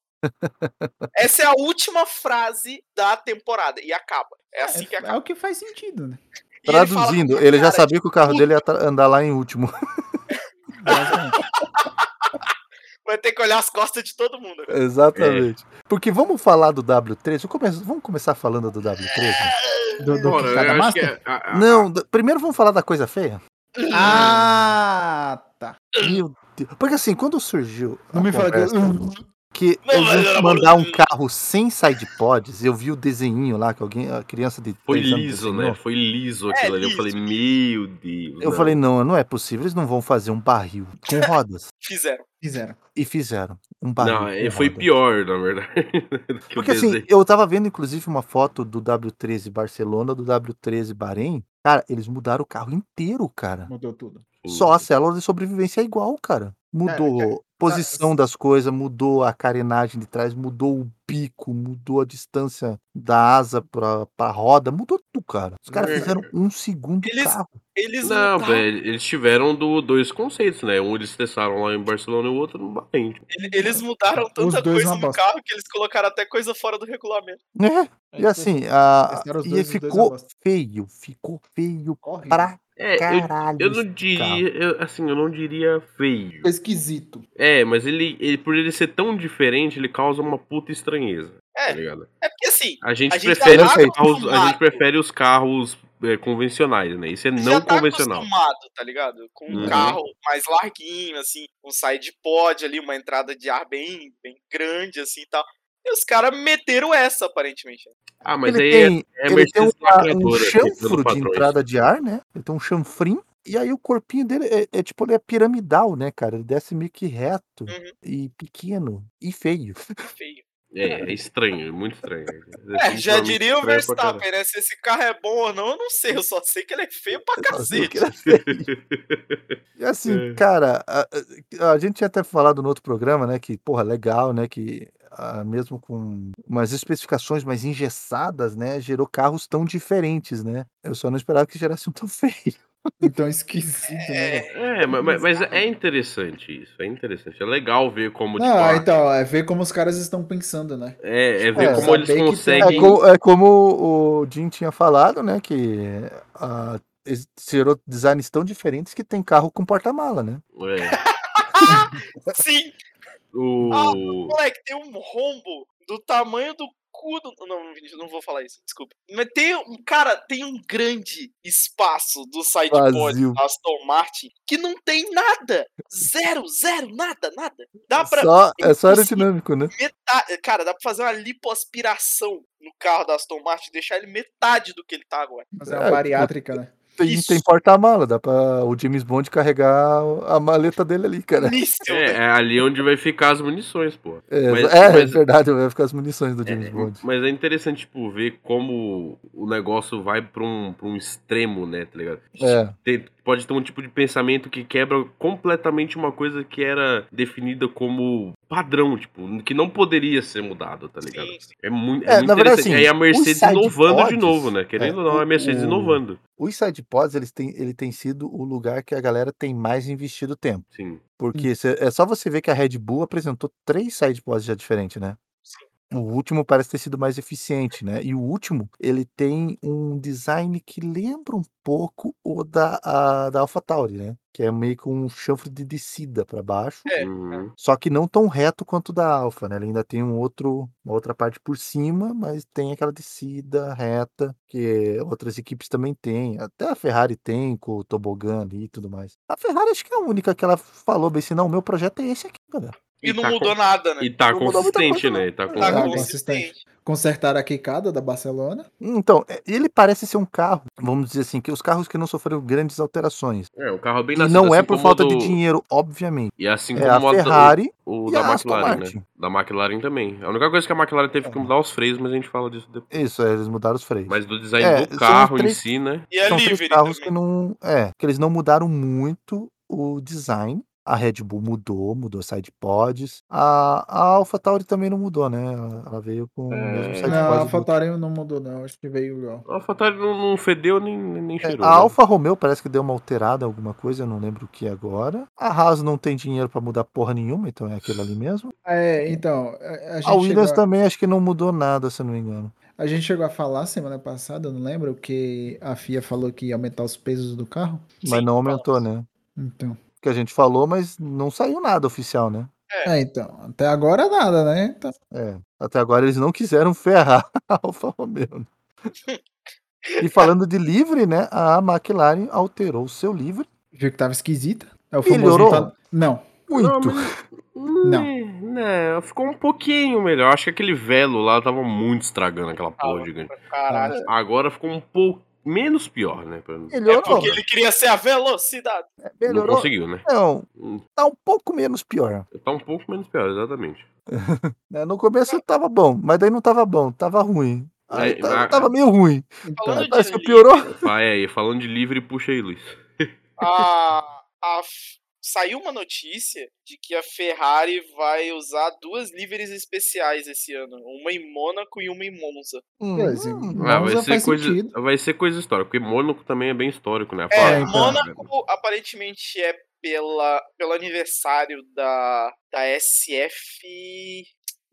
Essa é a última frase da temporada e acaba. É assim que
É,
acaba.
é o que faz sentido, né?
E ele fala,
Traduzindo, ele, já
cara,
sabia que o carro
tipo-
dele ia tra- andar lá em último.
Basicamente.
vai ter que olhar as costas de todo mundo. agora.
Exatamente. É. Porque vamos falar do W3. Eu começo- Vamos começar falando do W3? né?
Do, do
Bora,
cada
eu acho que
master?
é- a- a-
Não, d- primeiro vamos falar da coisa feia.
Ah, tá.
Meu Deus. Porque assim, quando surgiu. a
Não me fala que.
conversa que
Não, mas
eles
era
iam mandar um
bonito.
carro sem side pods, eu vi o desenho lá que alguém, a criança de
Foi
3 anos
liso,
desenhou.
né? Foi liso aquilo ali. Eu
É liso.
falei, meu
né?
Deus. né?"
Eu
não.
falei, não, não é possível, eles não vão fazer um barril com rodas.
Fizeram.
Fizeram.
E fizeram um barril.
Não,
com
é, foi
rodas.
pior, na verdade. do que o
Porque assim,
desenho.
eu tava vendo inclusive uma foto do W13 Barcelona, do W13 Bahrein. Cara, eles mudaram o carro inteiro, cara.
Mudou tudo.
Só a célula de sobrevivência é igual, cara. Mudou
Cara,
posição das coisas, mudou a carenagem de trás, mudou o bico, mudou a distância da asa pra, pra roda, mudou tudo, cara. Os caras
É.
fizeram um segundo
Eles-
carro.
Eles
tá?
Não,
mudaram,
velho, eles tiveram do- dois conceitos, né? Um eles testaram lá em Barcelona e o outro no Bahrein.
ele- eles mudaram tanta
Os dois
coisa
uma
no
bosta.
carro que eles colocaram até coisa fora do regulamento.
né? E assim, a,
tipo testaram os
e
dois, Hum. os dois é uma
ficou
bosta.
feio, ficou feio
Horrível.
pra
É, eu,
caralho.
eu não
esse carro.
diria, eu- assim, eu não diria feio.
Esquisito.
É, mas ele, ele- por ele ser tão diferente, ele causa uma puta estranheza.
É.
Tá ligado?
É porque assim,
A gente,
A gente
prefere
já
os
tá
carros, a gente
acostumado.
prefere os carros é, convencionais, né? Isso é
já
não
tá
convencional.
acostumado, tá ligado? Com um
Uhum.
carro mais larguinho, assim, um side pod ali, uma entrada de ar bem, bem grande, assim e tal. E os caras meteram essa, aparentemente.
Ah, mas
ele
aí
tem,
é, é
ele tem
Mercedes
uma- um
lacradora,
chanfro
imitando
de
patrões.
entrada de ar, né? Ele tem um chanfrim E aí o corpinho dele é, é tipo, ele é piramidal, né, cara? Ele desce meio que reto
Uhum.
e pequeno e feio.
Feio.
É, é estranho, é muito estranho.
É, já diria o
Definitivamente estranho pra caralho.
Verstappen, né? Se esse carro é bom ou não, eu não sei. Eu só sei que ele é feio pra cacete.
Assim, é, E assim,
É.
cara, a, a- a gente tinha até falado no outro programa, né, que, porra, legal, né, que ah, mesmo com umas especificações mais engessadas, né, gerou carros tão diferentes, né? Eu só não esperava que gerasse um tão feio.
Então esquisito, né? velho?
É, ma- ma- mas, é interessante isso, é interessante. É legal ver como, tipo,
Não,
a-
então, é ver como os caras estão pensando, né?
é, é ver
É,
como eles
saber que tem-
conseguem...
É, co- é como o Jim tinha falado, né, que ah, es- gerou designs tão diferentes que tem carro com porta-mala, né?
É,
É, Sim,
o...
moleque, tem um rombo do tamanho do cu do. Não, Vinícius, não vou falar isso, desculpa. Mas tem um. Cara, tem um grande espaço do sidepod
Vazio.
da Aston Martin que não tem nada. Zero, zero, nada, nada. Dá pra.
Só, é só
impossível.
aerodinâmico, né?
metade. Cara, dá pra fazer uma lipoaspiração no carro da Aston Martin e deixar ele metade do que ele tá agora.
Mas é
É,
uma bariátrica, né?
Tem,
Isso.
tem porta-mala, dá pra o James Bond carregar a maleta dele ali, cara.
Míssel,
É,
velho.
é ali onde vai ficar as munições, pô.
É,
Mas-
é,
mas-
é verdade, vai ficar as munições do James
É,
Bond.
Mas é interessante, tipo, ver como o negócio vai pra um, pra um extremo, né, tá ligado?
É.
Tem- pode ter um tipo de pensamento que quebra completamente uma coisa que era definida como padrão, tipo, que não poderia ser mudado, tá ligado?
Sim, sim.
É muito, é
É,
muito
na verdade,
interessante.
assim,
Aí a Mercedes
os side
inovando de
pods,
novo, né? Querendo
é,
ou não, a
o-
Mercedes
o-
inovando.
Os sidepods, eles têm, ele tem sido o lugar que a galera tem mais investido tempo.
Sim.
Porque cê- é só você ver que a Red Bull apresentou três sidepods já diferentes, né?
Sim.
O último parece ter sido mais eficiente, né? E o último, ele tem um design que lembra um pouco o da, a, da AlphaTauri, né? Que é meio que um chanfre de descida para baixo.
É.
Uhum.
Só que não tão reto quanto o da Alfa, né? Ele ainda tem um outro, uma outra parte por cima, mas tem aquela descida reta que outras equipes também têm. Até a Ferrari tem com o tobogã ali e tudo mais. A Ferrari acho que é a única que ela falou bem assim, não, o meu projeto é esse aqui, galera.
E,
E
não
tá
mudou nada, né?
E tá
Não mudou muita
consistente,
coisa, não.
né? E tá
Tá
Tá
Ah,
consistente.
consistente.
Consertaram a quicada da Barcelona.
Então, é- ele parece ser um carro, vamos dizer assim, que os carros que não sofreram grandes alterações.
É, o carro bem
E
nascido.
não é
assim
por
como o
falta de
do-
dinheiro, obviamente.
E assim
É
como
a
o-
Ferrari
o, o
e
da
a Aston
McLaren,
Martin.
né? Da McLaren também. A única coisa que a McLaren teve que mudar os freios, mas a gente fala disso depois.
Isso, é, eles mudaram os freios.
Mas do design
É, são
do carro
os
em
três-
si, né?
E é
são
livre
três carros que
também.
não. É, que eles não mudaram muito o design. A Red Bull mudou, mudou side pods. A, a Alpha Tauri também não mudou, né? Ela ela veio com o mesmo
É.
side
Não, a
pod. do-
AlphaTauri não mudou, não. Acho que veio igual.
A AlphaTauri não, não fedeu nem, nem nem
É,
cheirou.
a
né?
Alfa Romeo parece que deu uma alterada, alguma coisa, eu não lembro o que é agora. A Haas não tem dinheiro pra mudar porra nenhuma, então é aquilo ali mesmo.
É, então, a, a
A,
gente chegou
Williams tá-
a-
também acho que não mudou nada, se eu não me engano.
A gente chegou a falar semana passada, eu não lembro, que a FIA falou que ia aumentar os pesos do carro.
mas
Sim,
não aumentou, né?
Então.
Que a gente falou, mas não saiu nada oficial, né?
É, então. Até agora nada, né? Tá-
É, até agora eles não quiseram ferrar a Alfa Romeo. né? E falando de livre, né? A McLaren alterou o seu livre
Viu que tava esquisita. É o
Melhorou?
famoso. Tá... Não.
Não,
muito.
mas-
Não.
Hum, Não, ficou um pouquinho melhor. Acho que aquele velo lá tava muito estragando aquela porra
Tava.
gigante.
Caralho.
Agora ficou um pouco menos pior, né? Pra-
É
Melhorou.
porque ele queria ser a velocidade.
Não
Melhorou.
conseguiu, né?
Não,
Hum,
tá um pouco menos pior.
Tá um pouco menos pior, exatamente.
né? No começo tava bom, mas daí não tava bom, tava ruim. Aí
Aí,
tá-
na-
tava meio ruim.
Então,
Falando
Aí parece
de
que piorou.
Vai aí, Ah, é, falando de livre, puxa aí, Luiz.
A, a f- saiu uma notícia de que a Ferrari vai usar duas livres especiais esse ano, uma em Mônaco e uma em Monza.
beleza.
um.
Hum,
Ah, vai
Monza
ser,
faz
coisa,
sentido.
vai ser coisa histórica, porque Mônaco também é bem histórico, né?
É,
Fala-
então.
Mônaco aparentemente é pela, pelo aniversário da, da SF.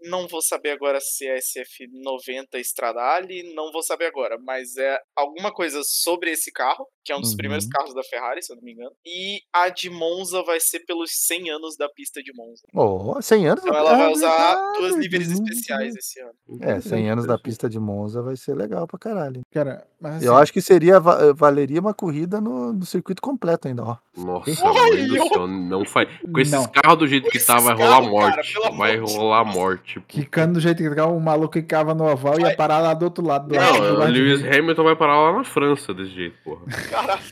Não vou saber agora se é SF 90 Stradale, não vou saber agora, mas é alguma coisa sobre esse carro, que é um dos
Uhum.
primeiros carros da Ferrari, se eu não me engano. E a de Monza vai ser pelos 100 anos da pista de Monza.
Ó, 100 anos
Então
da-
ela vai
Ah,
usar
verdade,
duas livres
2022.
especiais esse ano.
É, 100 anos da pista de Monza vai ser legal pra caralho.
Cara, mas
Eu
assim,
acho que seria va- valeria uma corrida no, no circuito completo ainda, ó.
Nossa,
Olha!
mãe do céu, não faz. Com esses
Não.
carros do jeito
Com
que
esses
tá, vai rolar
carros,
morte.
cara, pelo
vai
amor de
rolar
Deus.
morte.
quicando do jeito que tá, o maluco quicava no oval e ia
Vai.
parar lá do outro lado. Do
Não,
lado
Não,
do
o
lado de
Lewis
dentro.
Hamilton vai parar lá na França desse jeito, porra.
Caralho.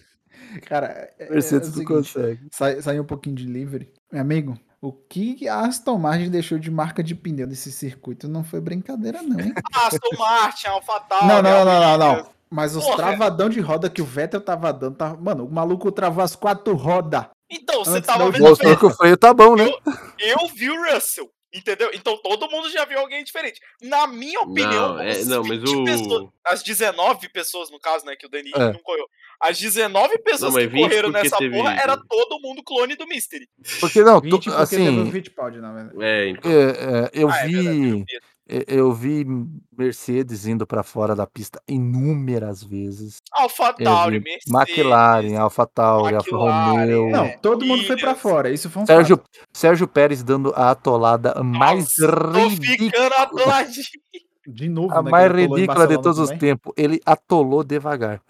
Cara, é, é o
Mercedes não
seguinte,
consegue.
sai, saiu um pouquinho de livre. Meu amigo, o que a Aston Martin deixou de marca de pneu nesse circuito não foi brincadeira, não, hein?
Aston Martin, AlphaTauri.
Não, não, não, não, não.
Williams.
não. Mas os
Ah, Porra.
travadão de roda que o Vettel tava dando, tava... mano, o maluco travou as quatro rodas.
Então, você
Antes
tava
da
vendo. a
Mostrou que o freio tá bom, né?
Eu vi o Russell, entendeu? Então todo mundo já viu alguém diferente. Na minha opinião,
Não, é,
as
não, mas
20 pessoas-
o.
as 19 pessoas, no caso, né, que o Dani
É.
não correu. As 19 pessoas
mas
que
20
correram
porque
nessa
teve-
porra era todo mundo clone do Mystery.
Porque não, tu-
20 porque teve um
assim,
Fittipaldi, na verdade.
É, então.
é, é, eu
Ah, é verdade,
vi.
vi.
é, Eu vi Mercedes indo pra fora da pista inúmeras vezes.
AlphaTauri,
Eu vi
Mercedes.
McLaren, AlphaTauri, Alfa
McLaren,
Romeo.
Não, todo mundo foi
Williams.
pra fora, isso foi um
Sérgio,
fato.
Sérgio Pérez dando a atolada mais
Tô
ridícula,
ficando atoladinho.
De novo,
a
né, que
mais
ele colou em
ridícula de
Barcelona
todos os
também.
tempos. Ele atolou devagar.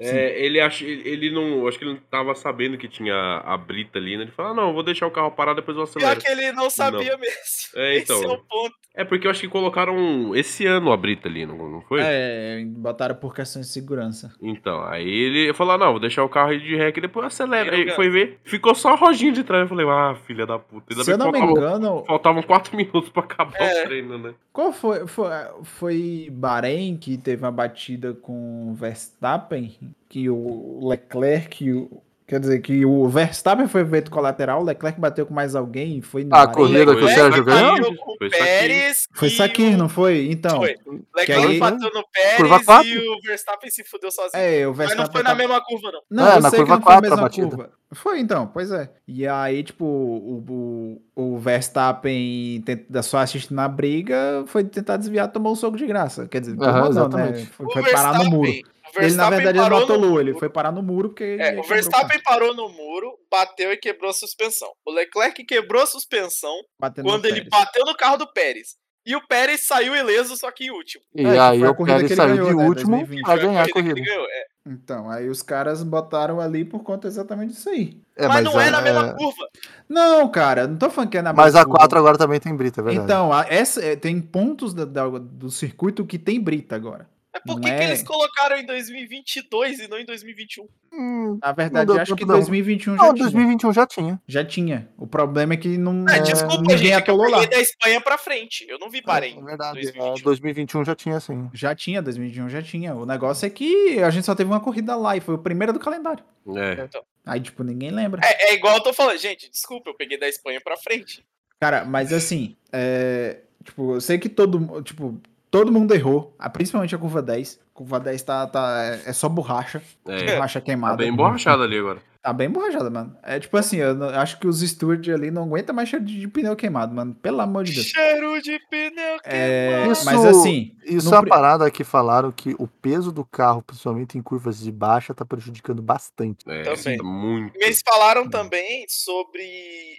É, ele acha, ele ele não, acho que ele não tava sabendo que tinha a brita ali, né? Ele fala, "Ah, não, eu vou deixar o carro parado, depois eu
Pior
acelero.
que ele não sabia mesmo.
É, então.
Esse é o ponto.
É porque eu acho que colocaram esse ano a brita ali, não, não foi?
É, botaram por questões de segurança.
Então, aí ele falou, "Ah, não, vou deixar o carro ir de ré, que depois eu acelero.
Ele
Aí foi ver, ficou só a rodinha de trás. Eu falei, ah, filha da puta. Ainda
Se eu
bem
não
que
me
faltavam,
engano,
faltavam quatro minutos pra acabar
É.
o treino, né?
qual foi, foi? Foi Bahrein que teve uma batida com o Verstappen, que o Leclerc. e o- quer dizer, que o Verstappen foi evento colateral, o Leclerc bateu com mais alguém e foi no
A
Bahrein.
corrida que o
Foi
Sérgio
saquinho,
ganhou?
com
Foi
o
saquinho.
Pérez.
Foi
e
Sakir,
o-
não foi? Então.
Foi.
Que
Leclerc
aí-
bateu no
Curva
Pérez
quatro.
e o Verstappen se fudeu sozinho.
É, o
Mas
Verstappen.
não foi na
tá-
mesma curva, não.
Não,
É,
eu
na
sei que
curva
não foi a
quatro a
mesma
batida.
curva. Foi então, pois é. E aí, tipo, o, o, o Verstappen tent- da sua assistente na briga foi tentar desviar, tomou um soco de graça. Quer dizer, tomou
Aham,
não,
exatamente.
né? Foi, foi parar no muro.
o
Ele, na
Verstappen
verdade, ele não
parou no
atolou, ele
muro.
foi parar no muro porque.
É,
ele
o
quebrou
Verstappen
carro.
parou no muro, bateu e quebrou a suspensão. O Leclerc quebrou a suspensão
Batendo no
quando ele
Pérez.
bateu no carro do Pérez. E o Pérez saiu ileso, só que em último.
E
É, que
aí
foi a
o
corrida que
Pérez saiu
ele ganhou,
de
né,
último
2020.
pra
Foi a
ganhar a
corrida
corrida.
que ele ganhou, é.
Então, aí os caras botaram ali por conta exatamente disso aí.
É,
mas, não é na
a-
mesma curva.
Não, cara, não tô falando que é na
Mas a
curva.
4 agora também tem brita, é verdade.
Então, a- essa, é, tem pontos da- da- do circuito que tem brita agora.
Mas por
Não
que, que
é.
eles colocaram em 2022 e um? não em 2021?
Hum,
Na verdade,
deu
acho que
tempo, não.
2021 já
não,
tinha.
2021 já tinha.
Já tinha. O problema é que não.
É, desculpa,
ninguém
gente, é que eu
atolou lá.
peguei da Espanha pra frente. Eu não vi Bahrein.
É verdade.
2021.
2021. já tinha sim.
Já tinha, 2021 já tinha. O negócio é que a gente só teve uma corrida lá e foi o primeiro do calendário.
É.
Aí, tipo, ninguém lembra.
É, é igual eu tô falando, gente, desculpa, eu peguei da Espanha pra frente.
Cara, mas assim, é, tipo, eu sei que todo, tipo, todo mundo errou, ah, principalmente a curva 10. Curva 10 tá, tá, é só borracha,
É.
borracha
Tá
queimada.
bem borrachado ali agora.
Tá bem borrachada, mano. É tipo assim, eu não- acho que os stewards ali não aguentam mais cheiro de, de pneu queimado, mano. Pelo amor de Deus.
Cheiro de pneu
É,
queimado.
Isso-
mas assim,
Isso
no
é uma
pri-
parada que falaram que o peso do carro, principalmente em curvas de baixa, tá prejudicando bastante.
É,
Também.
tá muito.
Eles falaram também sobre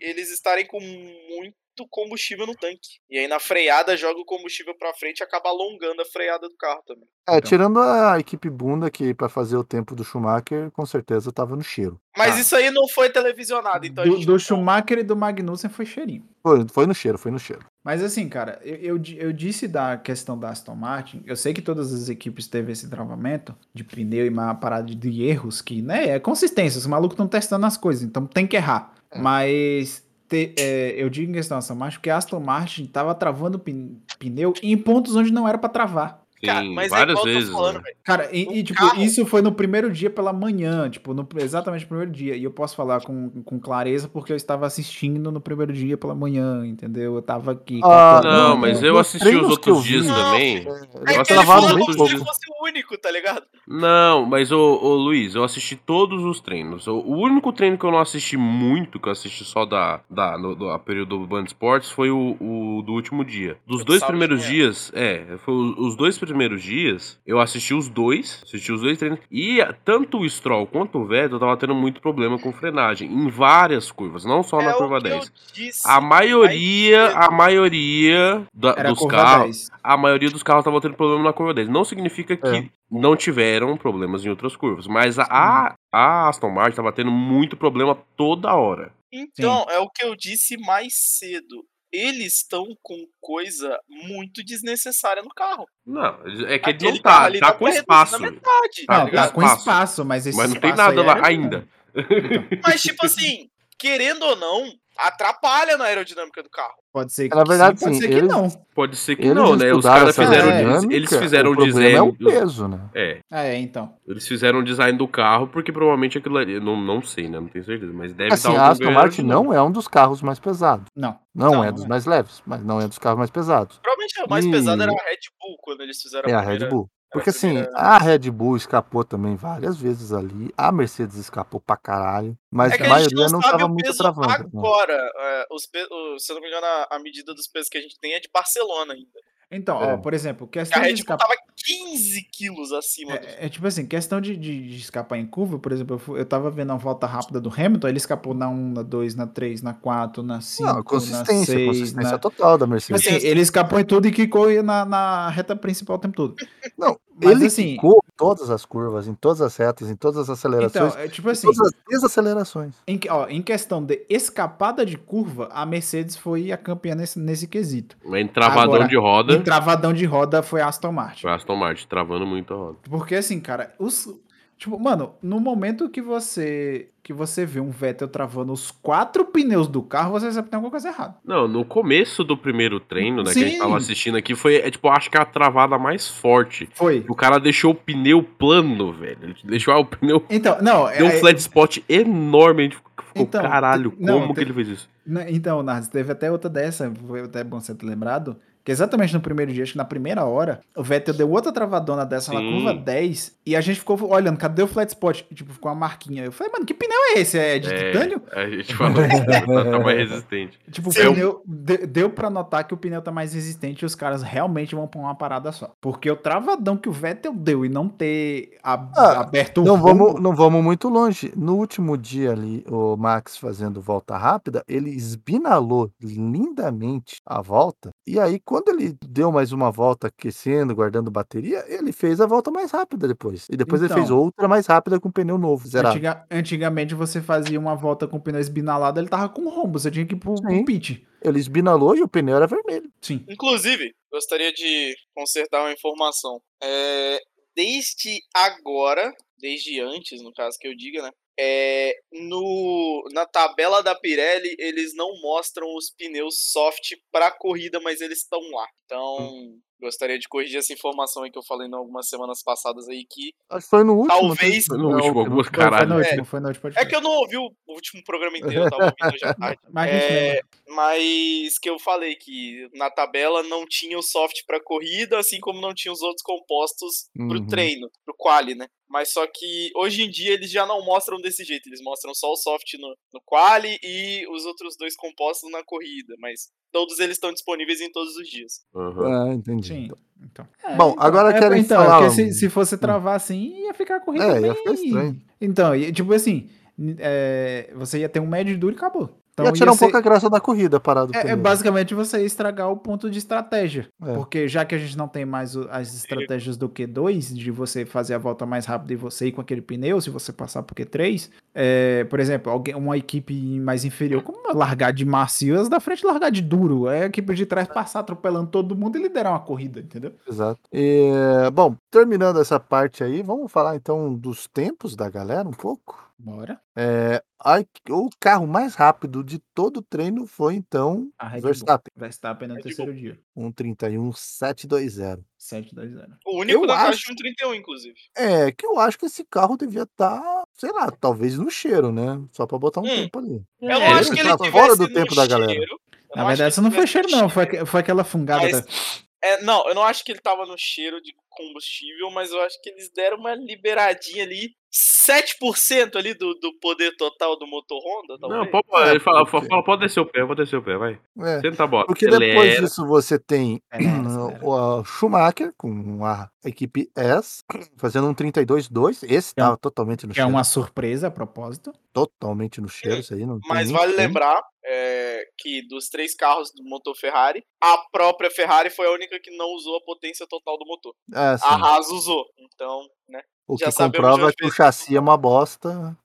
eles estarem com muito combustível no tanque. E aí na freada joga o combustível pra frente e acaba alongando a freada do carro também.
É,
Então.
tirando a equipe bunda que pra fazer o tempo do Schumacher, com certeza tava no cheiro.
Mas
Ah.
isso aí não foi televisionado, então a
do,
gente
do
não-
Schumacher e do Magnussen foi cheirinho.
Foi, foi no cheiro, foi no cheiro.
Mas assim, cara, eu, eu, di- eu disse da questão da Aston Martin, eu sei que todas as equipes teve esse travamento de pneu e uma parada de, de erros que, né, é consistência, os malucos estão testando as coisas, então tem que errar. Mas te- é, eu digo em questão da Aston Martin, porque a Aston Martin tava travando pin- pneu em pontos onde não era pra travar.
Cara,
Sim,
mas é
várias
igual eu
vezes.
tô falando,
né?
velho.
Cara, e,
O
e, tipo,
carro-
isso foi no primeiro dia pela manhã, tipo, no- exatamente no primeiro dia. E eu posso falar com, com clareza porque eu estava assistindo no primeiro dia pela manhã, entendeu? Eu tava aqui.
Ah,
catando-
Não,
Não,
mas
nos
eu assisti os
treinos que eu
outros dias
vi-
também.
É,
É
eles
Eles
que ele
travaram
travaram
falou
muito
bem
como se ele
pouco.
fosse o único, tá ligado?
Não, mas ô, ô Luiz, eu assisti todos os treinos. O, o único treino que eu não assisti muito, que eu assisti só da, da no, do- a período do Band Sports, foi o, o do último dia. Dos
Foi
dois
É, sábado de
primeiros
manhã.
dias, é, foi o- os dois primeiros dias, eu assisti os dois, assisti os dois treinos. E a- tanto o Stroll quanto o Vettel tava tendo muito problema com frenagem, em várias curvas, não só na
É o
curva
que eu
10.
disse.
A maioria,
vai
a maioria da-
Era
dos
curva
carros,
10.
a maioria dos carros estavam tendo problema na curva 10. Não significa que
É.
não tiveram problemas em outras curvas, mas a, a, a Aston Martin estava tendo muito problema toda hora.
Então, é o que eu disse mais cedo. eles estão com coisa muito desnecessária no carro.
Não, é que ele
Aquele
não
carro
tá,
ali
tá
dá
com
pra reduzir
espaço.
Na metade.
Tá,
não,
ligado?
tá com
Espaço.
espaço, mas esse
Mas não tem
espaço
nada
aí é
lá
é
era-
ainda.
Mas, tipo assim, querendo ou não, atrapalha na aerodinâmica do carro.
Pode ser que
Na verdade,
sim, pode
sim,
ser que
eles-
não.
Pode ser que
Eles
não, né? Os
estudaram
caras
essa
fizeram.
dinâmica,
eles fizeram
o
o
problema
design.
é o
dos-
peso, né?
é,
Ah, é, então.
eles fizeram o design do carro porque provavelmente aquilo ali. eu Não, não sei, né? Não tenho certeza, mas deve
Assim,
dar um
a
algum
Aston
ganho
Martin
aerodinâmico.
não é um dos carros mais pesados.
Não.
Não,
Não,
é
não
dos
é.
mais leves, mas não é dos carros mais pesados.
Provavelmente a mais
Ih.
pesada era a Red Bull quando eles fizeram
Hum. É a
primeira-
Red Bull. Porque assim,
primeira-
a Red Bull escapou também várias vezes ali, a Mercedes escapou pra caralho, mas
É que
a
a gente
maioria
não,
não
sabe
tava
o
muito
peso
travando. né?
agora. É, os pe- o- se eu não me engano, a, a medida dos pesos que a gente tem é de Barcelona ainda.
Então,
É.
ó, por exemplo,
Que a
questão de
Red Bull
escapar.
tava 15 quilos acima do.
É, é tipo assim, questão de, de- de escapar em curva, por exemplo, eu, fu- eu tava vendo a volta rápida do Hamilton, ele escapou na 1, na 2, na 3, na 4, na
assim,
5,
tipo, né,
Não,
na
consistência,
6,
consistência
na...
total da
Tipo
Mercedes.
assim, ele escapou em tudo e quicou na, na reta principal o tempo todo.
é
Não,
mas
ele
assim-
quicou em todas as curvas, em todas as retas, em todas as
Então,
acelerações,
é tipo
em
assim,
todas as desacelerações.
em, que- ó, em questão de escapada de curva, a Mercedes foi a campeã nesse, nesse quesito.
Mas em travadão
Agora,
de roda.
então.
Tá.
E travadão de roda foi a Aston Martin.
Foi a Aston Martin travando muito a roda.
Porque assim, cara, os. Tipo, mano, no momento que você que você vê um Vettel travando os quatro pneus do carro, você sabe que tem alguma coisa errada.
Não, no começo do primeiro treino, né, que a
Sim.
gente tava assistindo aqui, foi, é, tipo, acho que a travada mais forte.
Foi.
O cara deixou o pneu plano, velho. Ele deixou ah, o pneu.
Então, não, é,
Deu um flat spot enorme. A gente ficou,
Então,
caralho,
te- não,
como
te-
que ele fez isso?
né, então, Nardes, teve até outra dessa, foi até bom você ter lembrado, que exatamente no primeiro dia, acho que na primeira hora, o Vettel deu outra travadona dessa na
Sim.
curva 10, e a gente ficou olhando, cadê o flat spot? E, tipo, ficou uma marquinha. Eu falei, mano, que pneu é esse? É de
É,
titânio?
a gente falou que tá, tá mais resistente.
Tipo, o
Seu-
pneu, de- deu pra notar que o pneu tá mais resistente e os caras realmente vão pra uma parada só. Porque o travadão que o Vettel deu e não ter a-
Ah,
aberto o
Não
rumo-
vamos, não vamos muito longe. No último dia ali, o Max fazendo volta rápida, ele esbinalou lindamente a volta. E aí, quando ele deu mais uma volta aquecendo, guardando bateria, ele fez a volta mais rápida depois. E depois ele fez
Então.
outra mais rápida com pneu novo, zerado.
Antiga- antigamente você fazia uma volta com o pneu esbinalado, ele tava com um rombo, você tinha que ir pro, pro
Sim.
pit.
Ele esbinalou e o pneu era vermelho.
Sim.
Inclusive, gostaria de consertar uma informação. É, desde agora, desde antes, no caso que eu diga, né? é, no, na tabela da Pirelli, eles não mostram os pneus soft pra corrida, mas eles estão lá. Então, gostaria de corrigir essa informação aí que eu falei em algumas semanas passadas aí que.
Acho que foi no último.
Talvez-
né?
No
É,
último,
o-
algumas
Foi- Foi no
caralho.
último, foi no último
É
podcast.
que eu não ouvi o último programa inteiro, eu tava ouvindo já tarde.
Mas a gente
É,
lembra.
Mas que eu falei que na tabela não tinha o soft pra corrida, assim como não tinha os outros compostos pro
Uhum.
treino, pro quali, né? Mas só que hoje em dia eles já não mostram desse jeito, eles mostram só o soft no, no quali e os outros dois compostos na corrida, mas todos eles estão disponíveis em todos os dias.
Aham.
Ah, entendi.
Sim.
Então.
Então.
Bom, agora querem
então, é
falar- um
porque se, se fosse travar assim, ia ficar a corrida
É, ia
bem...
ficar estranho.
Então, e, tipo assim, n- é, você ia ter um médio e duro e acabou. Então,
ia tirar um
ser-
pouco a graça da corrida parado.
é, é basicamente você ia estragar o ponto de estratégia.
É.
Porque já que a gente não tem mais o- as estratégias do Q2, de você fazer a volta mais rápida e você ir com aquele pneu, se você passar pro Q3, é, por exemplo, alguém, uma equipe mais inferior, como largar de macio, as da frente largar de duro. É a equipe de trás passar atropelando todo mundo e liderar uma corrida, entendeu?
Exato. É, bom, terminando essa parte aí, vamos falar então dos tempos da galera um pouco.
Bora.
É, a- o carro mais rápido de todo o treino foi então
A Red Bull.
Verstappen,
Verstappen no
Red
terceiro dia.
1.31.720.
7, 2, 0.
O único
Eu
da
acho-
caixa um de 131, inclusive.
É, que eu acho que esse carro devia estar, sei lá, talvez no cheiro, né? Só pra botar um
Hum.
tempo ali.
Eu não
É,
acho que
ele tá
ele tivesse
fora do
no
tempo da galera.
cheiro, eu
Na
acho que
verdade,
ele
isso não foi
tivesse no
cheiro, não. Foi, aque- foi aquela fungada.
Mas-
da-
É, não, eu não acho que ele tava no cheiro de combustível, mas eu acho que eles deram uma liberadinha ali. 7% ali do, do poder total do motor Honda, talvez.
Não, pode,
É,
ele fala,
porque-
fala, pode descer o pé, pode descer o pé, vai.
É,
Senta a bota.
Porque depois
acelera.
disso você tem hum,
Acelera, É, acelera.
o Schumacher com a equipe S fazendo um 32.2. Esse
Que é um-
tava totalmente no
Que é
cheiro.
uma surpresa a propósito.
Totalmente no cheiro, isso aí não tem
É, Mas
nem
vale
como.
lembrar é, que dos três carros do motor Ferrari, a própria Ferrari foi a única que não usou a potência total do motor.
É, assim,
A Haas usou. Então, né?
o
já
que
sabemos de
comprova é
onde
que o
veio.
chassi é uma bosta.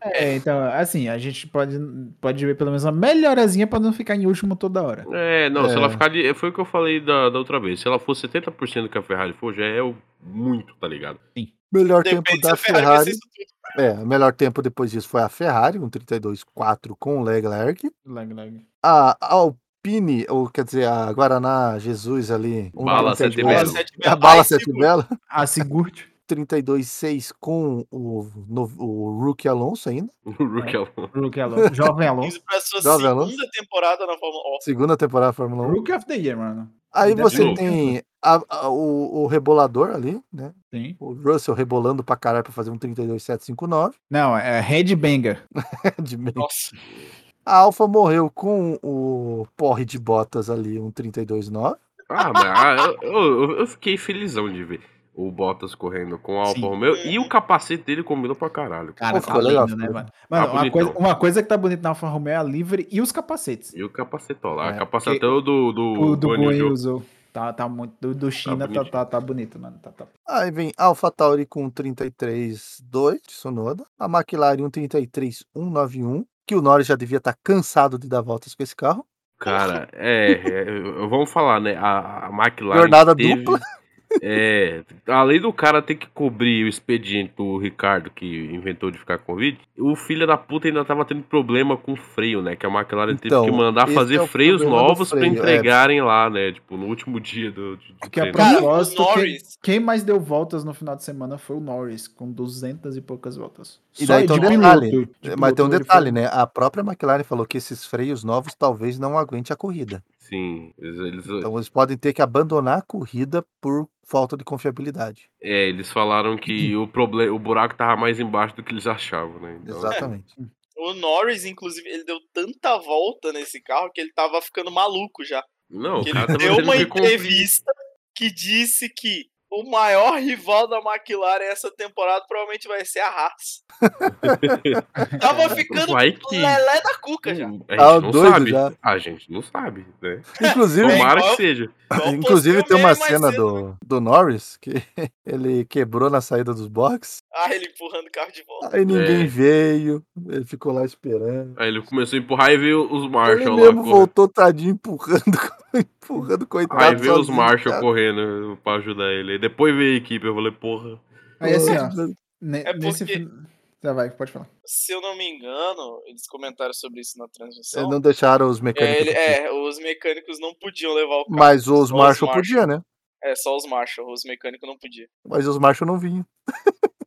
É, então, assim, a gente pode, pode ver pelo menos uma melhorazinha pra não ficar em último toda hora.
É, não, se
É.
ela ficar ali. Foi o que eu falei da, da outra vez. Se ela for 70% do que a Ferrari for, já é o muito, tá ligado?
Melhor tempo
Depende se
da
a Ferrari vai ser
Ferrari.
isso tudo.
É, o melhor tempo depois disso foi a Ferrari, com 32,4 com o Leclerc.
Lag, lag.
A Alpine, ou quer dizer, a Guaraná Jesus ali. um 32.
Bala Sete Belo.
Sete
A
Belo.
Bala
Aí, tipo,
Sete
segundo,
Belo.
A Sigurd.
32,6 com o, no- o Rookie Alonso ainda.
O Rookie Alonso.
Rookie Alonso. Jovem Alonso.
Isso pra sua
Jovem
segunda
Alonso.
temporada na Fórmula 1.
Segunda temporada da Fórmula 1.
Rookie of the Year, mano.
Aí
De
você
novo.
tem a- a- o, o rebolador ali, né?
Sim.
O Russell rebolando pra caralho pra fazer um 32,759.
Não, é Headbanger.
de meio.
Nossa.
A Alfa morreu com o porre de botas ali, um 32,9.
Ah, mas ah, eu, eu- eu fiquei felizão de ver o Bottas correndo com a Alfa
Sim.
Romeo e o capacete dele combinou pra caralho.
Cara,
Pô,
tá
ficou legal,
lindo, né,
ficou.
mano? Mano,
Tá
uma,
bonitão.
coisa, uma coisa que tá bonita na Alfa Romeo é a livre e os capacetes.
E o capacetão lá,
É,
capacetão do, do,
O do
Guanyu
Guanyu
Zhou.
usou. Tá, tá muito. Do, do China tá,
bonitinho.
tá, tá bonito, mano. Tá, tá.
Aí vem Alpha Tauri com um 33,2, Sonoda. A McLaren, um 33,191. Que o Norris já devia estar cansado de dar voltas com esse carro.
Cara, é, é, eu- vamos falar, né? A, a McLaren.
Jornada dupla.
É, além do cara ter que cobrir o expediente do Ricardo, que inventou de ficar com o Covid, o filho da puta ainda tava tendo problema com freio, né? Que a McLaren
Então,
teve que mandar
esse
fazer
é o
freios
problema do
novos pra
freio, é.
entregarem lá, né? Tipo, no último dia do. do- do
Que a
treino.
Cara, o
propósito, quem,
Norris.
quem mais deu voltas no final de semana foi o Norris, com 200 e poucas voltas.
E daí tem um detalhe, Mas tem um
ele
detalhe,
foi-
né? A própria McLaren falou que esses freios novos talvez não aguente a corrida.
Sim, eles, eles-
Então eles podem ter que abandonar a corrida por falta de confiabilidade.
é, eles falaram que
Hum.
o, problema, o buraco tava mais embaixo do que eles achavam, né? Então,
Exatamente.
O Norris, inclusive, ele deu tanta volta nesse carro que ele tava ficando maluco já.
Não, o
Que
cara
ele
tava
deu
tendo
uma
que cumprir.
entrevista que disse que o maior rival da McLaren essa temporada provavelmente vai ser a Haas. tava ficando
Vai que.
lelé da cuca já.
Hum, A gente
Tá
não
doido
sabe.
já.
A gente não sabe, né?
Inclusive,
Tomara
igual-
que seja.
Igual eu
inclusive tem
postei o
uma
meme mais
cena
cedo, né?
do, do Norris que ele quebrou na saída dos boxes,
Ah, ele empurrando o carro de volta.
aí ninguém
É.
veio, ele ficou lá esperando.
Aí ele começou a empurrar e veio os
Ele
Marshall lá
mesmo
correndo.
voltou tadinho empurrando, empurrando coitado.
Aí veio os
sozinho,
Marshall
cara.
correndo pra ajudar ele. Aí depois veio a equipe, eu falei, porra.
Aí assim, ó. ne-
É
nesse
porque-
fin- Já vai, pode falar.
Se eu não me engano, eles comentaram sobre isso na
Eles
transmissão.
não deixaram os
É,
mecânicos.
ele-
aqui.
é, os mecânicos não podiam levar o carro.
Mas os
Só os
Marshall
Marshall.
podia, né?
É, só os Marshall, os mecânicos não podiam.
Mas os Marshall não vinham.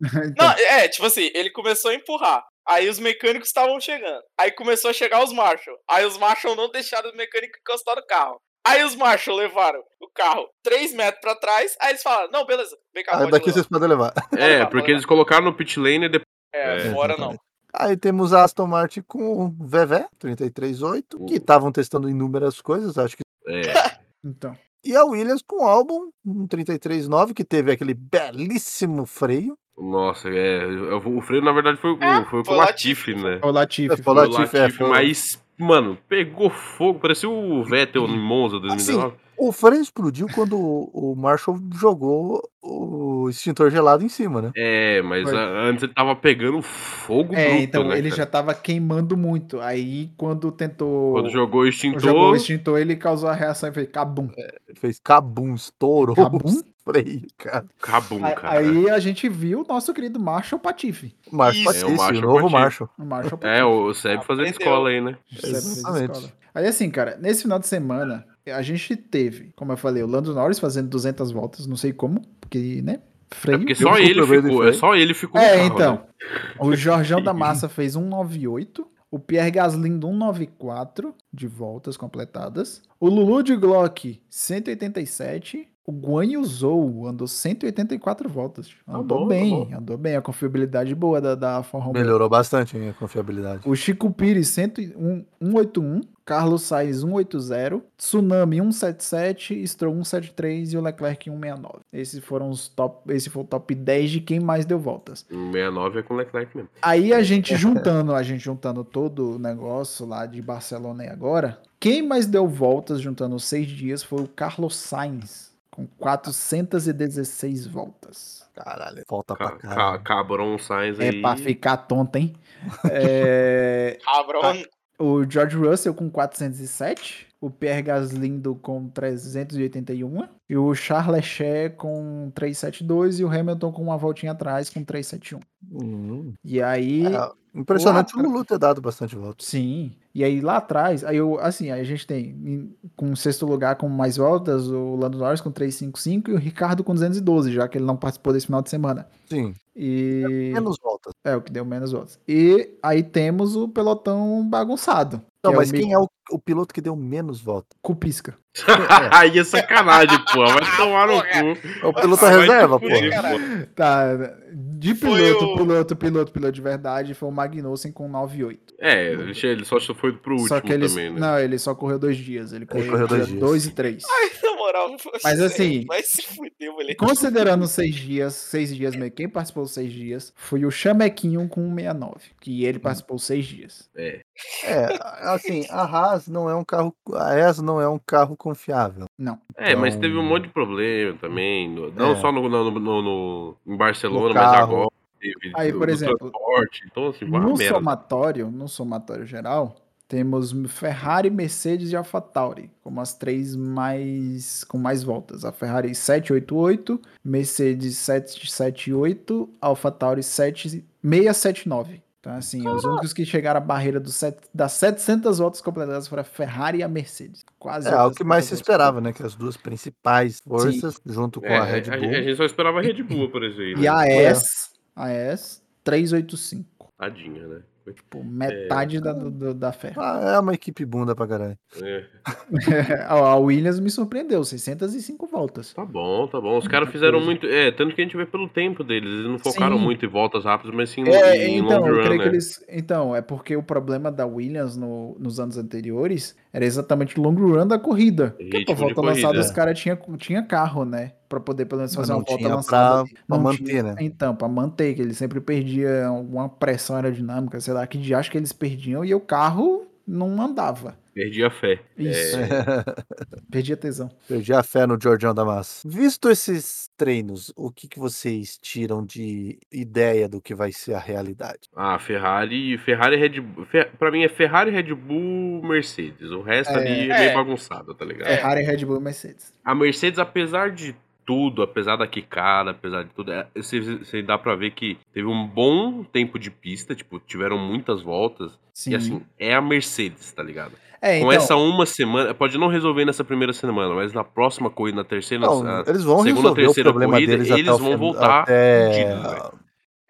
Não,
Então,
é, tipo assim, ele começou a empurrar. Aí os mecânicos estavam chegando. Aí começou a chegar os Marshall. Aí os Marshall não deixaram o mecânico encostar no carro. Aí os Marshall levaram o carro 3 metros pra trás. Aí eles falaram: Não, beleza, vem cá,
Ah,
pode
daqui
levar.
vocês podem levar.
É,
levar,
porque
pode
eles colocaram no pit lane e depois.
É,
É,
fora não.
Aí temos a Aston Martin com o VV 338, que estavam testando inúmeras coisas, acho que.
É,
então.
E a Williams com o álbum um 339, que teve aquele belíssimo freio.
nossa, é. eu- O freio, na verdade, foi, o- foi com
É, foi
o
o
Latifi, né?
É o Latifi.
Foi o
Foi o
Latifi, é,
Latifi,
um.
foi o-
mas, mano, pegou fogo. Parecia o Vettel em Monza 2019.
assim,
O freio explodiu quando o o Marshall jogou o extintor gelado em cima, né?
É, mas
Foi.
a- antes ele tava pegando fogo
É,
bruto,
então
né,
ele
cara?
já tava queimando muito. Aí quando tentou.
Quando jogou o extintor,
jogou o extintor, ele causou a reação e foi cabum.
É,
Ele fez cabum, estourou
Cabum?
o freio, cara.
cabum,
Aí-
cara.
Aí a gente viu o nosso querido Marshall Patife.
Marshall
Isso.
É,
Patrício,
o Marshall
o novo
Patrício.
Marshall.
O Marshall
É, o Seb fazendo
Aprendeu.
escola aí, né?
Você fez
Exatamente.
escola. Aí assim, cara, nesse final de semana, a gente teve, como eu falei, o Lando Norris fazendo 200 voltas, não sei como, porque, né,
É
freio.
porque
Eu
só
fui
ele
pro meio do
ficou, é
freio.
só ele ficou no
É,
carro,
então.
né?
O Jorgão da Massa fez 198, o Pierre um Gaslindo 194 de voltas completadas, o Lulu de Glock 187, o Guan Yu Zhou andou 184 voltas. Andou
bom, tá
bem,
bom.
andou bem, a confiabilidade boa da, da Alfa Romeo.
Melhorou bastante hein, a confiabilidade.
O Chico Pires 101, 181, Carlos Sainz 180, Tsunami 177, Stroll 173 e o Leclerc 169. Esses foram os top, esse foi o top 10 de quem mais deu voltas.
O 69 é com o Leclerc mesmo.
Aí a gente juntando, a gente juntando todo o negócio lá de Barcelona e agora, quem mais deu voltas juntando os seis dias foi o Carlos Sainz com 416 voltas.
Caralho, falta
Ca
pra caralho.
ca Cabron Sainz aí.
É pra ficar tonto, hein? É,
Tá
Cabron.
o George Russell com 407, o Pierre Gaslindo com 381, e o Charles Leclerc com 372 e o Hamilton com uma voltinha atrás com 371.
Hum.
E aí,
É, impressionante
lá
o Lulu ter dado bastante voltas.
sim. E aí lá atrás, aí eu, assim, aí a gente tem em- com sexto lugar com mais voltas, o Lando Norris com 355 e o Ricardo com 212, já que ele não participou desse final de semana.
Sim,
E
menos voltas.
é o que deu menos votos. E aí temos o pelotão bagunçado.
Não,
que
mas
é o
quem é o, o piloto que deu menos voltas?
Cupisca.
aí é sacanagem, pô. Vai tomar no
Porra.
É
cu.
o piloto
Vai
reserva,
te
pô.
fuder,
Caralho.
Tá, de
Foi
piloto,
o-
piloto, piloto, piloto de verdade, foi o Magnussen com 9,8.
É, ele che- ele só foi pro último
Só que ele.
também, né?
Não, ele só correu dois dias. Ele correu,
correu dois
dois,
dias.
dois e três.
Na moral,
Mas
você
assim-
Vai se fuder, moleque.
Considerando os seis dias, seis dias meio, quem participou dos seis dias foi o Chamequinho com 1,69. Que ele participou seis dias.
É, assim, a Haas não é um carro. A ES não é um carro confiável.
É, mas
Então-
teve um monte de problema também. no- Não
É.
só no, no- no- no- em Barcelona,
No
mas
carro.
agora. Teve
Aí,
do-
por
do
exemplo,
transporte. Então, assim, vai uma
No
merda.
somatório, no somatório geral, temos Ferrari, Mercedes e AlphaTauri, como as três mais com mais voltas. A Ferrari 788, Mercedes 778, AlphaTauri 7679. Então, assim, os únicos que chegaram à barreira do set, das 700 voltas completadas foram a Ferrari e a Mercedes. Quase.
É, é o
todas
que mais
as
se
voltas
esperava, né? Que as duas principais forças, junto com
É,
a Red
a,
Bull.
a gente só esperava a Red Bull aparecer. aí,
E
né?
a S, a S 385.
Tadinha, né?
Tipo, metade da, do- da Ferrari.
Ah, é uma equipe bunda pra caralho.
É,
a Williams me surpreendeu, 605 voltas.
tá bom, tá bom. Os caras fizeram muito. É, tanto que a gente vê pelo tempo deles. Eles não focaram
Sim.
muito em voltas rápidas, mas sim
É,
em
então,
long
eu
run,
creio
né?
que eles. Então, é porque o problema da Williams no- nos anos anteriores era exatamente o long run da corrida. Porque,
Ritmo
pô,
de
volta
corrida. é.
lançada, os caras tinham tinha carro, né? Pra poder pelo menos
Mas
fazer
não
uma volta
tinha pra-
lançada.
pra
Não
manter,
tinha-
né?
Então, pra manter, que eles sempre perdiam alguma pressão aerodinâmica, sei lá, que de acho que eles perdiam e o carro não andava.
é, Perdi a fé.
Isso, perdia tesão.
Perdi a fé no Jordião da Massa. Visto esses treinos, o que, que vocês tiram de ideia do que vai ser a realidade?
Ah, Ferrari, Ferrari, Red Bull. Fe- Pra mim é Ferrari, Red Bull, Mercedes. O resto
É.
ali é meio
É.
bagunçado, tá ligado?
Ferrari, Red Bull e Mercedes.
A Mercedes, apesar de tudo, apesar da quicada, apesar de tudo, é, você, você dá pra ver que teve um bom tempo de pista, tipo, tiveram muitas voltas.
Sim.
E assim, é a Mercedes, tá ligado?
é,
então
Com essa uma semana, pode não resolver nessa primeira semana, mas na próxima corrida, na terceira,
Não,
na-
eles vão
segunda,
resolver o
terceira
problema
corrida,
deles até
eles
o
vão
fin-
voltar
até
fudidos, velho.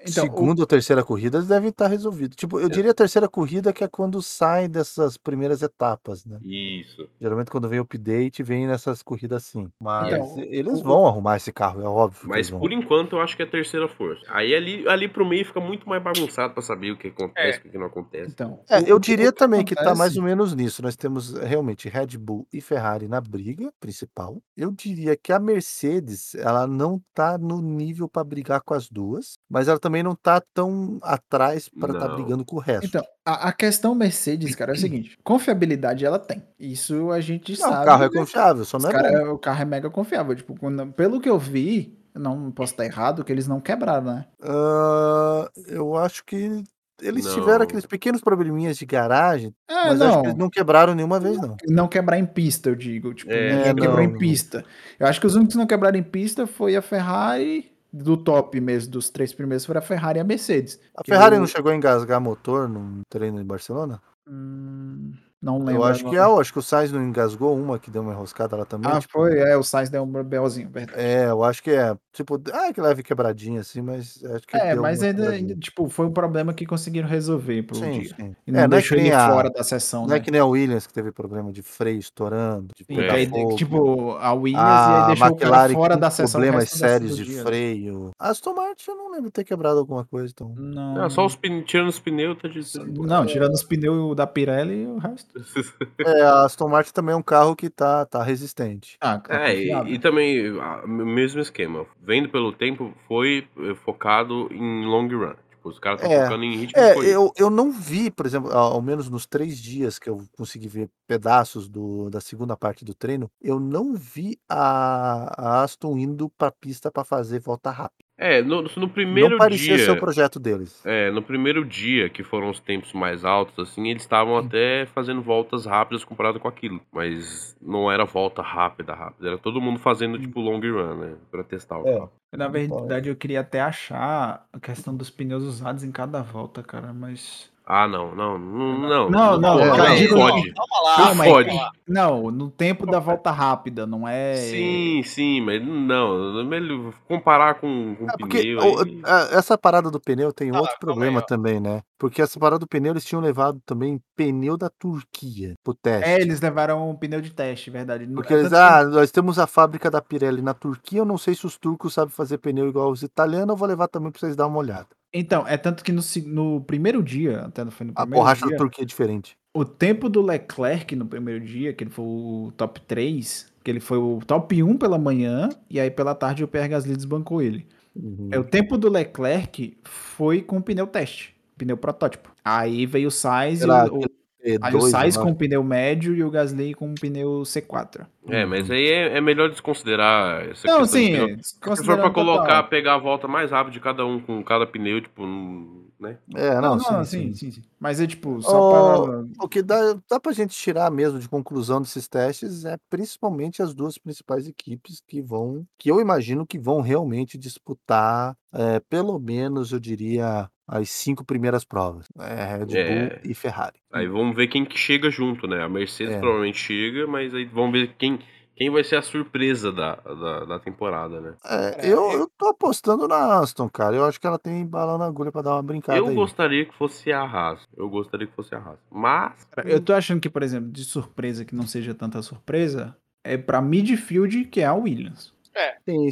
então, o-
segunda ou terceira corrida, eles devem estar resolvidos. Tipo, eu diria a terceira corrida que é quando sai dessas primeiras etapas, né?
Isso.
Geralmente quando vem o update, vem nessas corridas assim. Mas
Então,
eles
o-
vão arrumar esse carro, é óbvio. que
Mas
eles vão.
por enquanto eu acho que é a terceira força. Aí ali, ali pro meio fica muito mais bagunçado pra saber o que acontece, o que não acontece.
então,
É,
o-
eu
o que-
diria
o que
também que tá
acontece-
mais ou menos nisso. Nós temos eh, realmente Red Bull e Ferrari na briga principal. Eu diria que a Mercedes, ela não tá no nível para brigar com as duas, mas ela também não tá tão atrás para estar
Não.
brigando com o resto.
Então, a, a questão Mercedes, cara, é o seguinte: confiabilidade ela tem. Isso a gente
Não,
sabe.
o carro é
né?
confiável, só
Os
não é
cara-
bom.
o carro é mega confiável. Tipo, quando- pelo que eu vi, eu não posso estar errado, que eles não quebraram, né?
Ah, eu acho que eles
Não.
tiveram aqueles pequenos probleminhas de garagem,
É,
mas acho que eles
não.
não quebraram nenhuma vez, não.
Não quebrar em pista, eu digo. Tipo,
É,
ninguém
não,
quebrou em
não.
pista. Eu acho que os únicos que não quebraram em pista foi a Ferrari, do top mesmo, dos três primeiros, foi a Ferrari e a Mercedes.
A
Que
Ferrari
eu-
não chegou a engasgar motor num treino em Barcelona?
Hum, não lembro.
Eu acho que
agora.
é, eu acho que o Sainz não engasgou uma que deu uma enroscada lá também.
Ah,
tipo,
foi, é, o Sainz deu um belzinho, verdade.
É, eu acho que é. Tipo, ah, que leve quebradinha assim, mas acho que.
É,
deu
mas
uma
ainda,
quebradinha.
ainda, tipo, foi um problema que conseguiram resolver por um
Sim,
dia.
sim.
E
É,
não
não é que
deixou ele
nem a-
fora da sessão,
Não
né?
é que nem a Williams que teve problema de freio estourando, de
Sim,
É.
pegar
daí,
fogo. Ah,
tipo, a Williams e
a
aí deixou o cara
McLaren
fora
com
da sessão. o
problemas
resto da-
sérios
do
de
dia, né?
freio. Aston Martin eu não lembro de ter quebrado alguma coisa, então.
Não,
É, só os pin... tirando os pneus, tá de...
não, tirando os pneus da Pirelli, o resto.
É, a Aston Martin também é um carro que tá, tá resistente.
Ah, tá
É, e,
né?
confiável.
e também, ah, o mesmo esquema. Vendo pelo tempo, foi eh, focado em long run. Tipo, os caras estão
É.
focando em ritmo de
É,
corrida.
eu, eu não vi, por exemplo, a- ao menos nos três dias que eu consegui ver pedaços do, da segunda parte do treino, eu não vi a, a Aston indo pra pista pra fazer volta rápida.
É, no, no primeiro
não parecia
dia.
ser o projeto deles.
É, no primeiro dia, que foram os tempos mais altos, assim, eles estavam até fazendo voltas rápidas comparado com aquilo. Mas não era volta rápida, rápida. Era todo mundo fazendo, tipo, long run, né? Pra testar o
É.
carro.
Não
Na
pode.
verdade, eu queria até achar a questão dos pneus usados em cada volta, cara, mas.
Ah, não, não, não,
É.
não.
Não, não,
pode,
cara,
não
digo Ah,
não.
pode.
Calma lá,
Não
calma aí,
pode.
Não, no tempo da volta rápida, não é.
é. Sim, sim, mas não. é Melhor comparar com, com
É, porque
pneu
o-
aí.
a- essa parada do pneu tem
Ah,
outro
calma aí,
problema
ó.
também, né? Porque essa parada do pneu eles tinham levado também pneu da Turquia pro teste.
É, eles assim. levaram um pneu de teste, verdade.
Porque eles,
Tanto que-
ah, nós temos a fábrica da Pirelli na Turquia, eu não sei se os turcos sabem fazer pneu igual os italianos, eu vou levar também pra vocês dar uma olhada.
Então, é tanto que no, se- no primeiro dia, até não foi no
A
primeiro
borracha da
dia,
Turquia é diferente.
o tempo do Leclerc no primeiro dia, que ele foi o top 3, que ele foi o top 1 pela manhã, e aí pela tarde o Pierre Gasly desbancou ele.
Uhum.
É, o tempo do Leclerc foi com pneu teste, pneu protótipo. Aí veio o Sainz, e
Sei lá,
o, o-
É
aí o
dois,
Sainz
né?
com pneu médio e o Gasly com pneu C4.
É, mas aí é, é melhor desconsiderar essa questão
Não,
do
sim,
pneu. é Se for
considerando
pra
total.
colocar, pegar a volta mais rápida de cada um com cada pneu, tipo, não- né?
É, não,
Não,
sim, sim.
sim, sim, sim. Mas é tipo,
Ô,
só para.
O que dá, dá pra gente tirar mesmo de conclusão desses testes é principalmente as duas principais equipes que vão, que eu imagino que vão realmente disputar, é, pelo menos, eu diria, as cinco primeiras provas. É, Red Bull
É.
e Ferrari.
Aí vamos ver quem que chega junto, né? A Mercedes
Hum. É.
provavelmente chega, mas aí vamos ver quem, quem vai ser a surpresa da, da, da temporada, né?
É,
Cara,
eu,
eu-
eu tô apostando na Aston, cara. Eu acho que ela tem bala na agulha pra dar uma brincada
Eu
aí.
gostaria que fosse a Haas. Eu gostaria que fosse a Haas. Mas.
Cara, Eu tô achando que, por exemplo, de surpresa que não seja tanta surpresa, é pra midfield que é a Williams.
Sim, sim.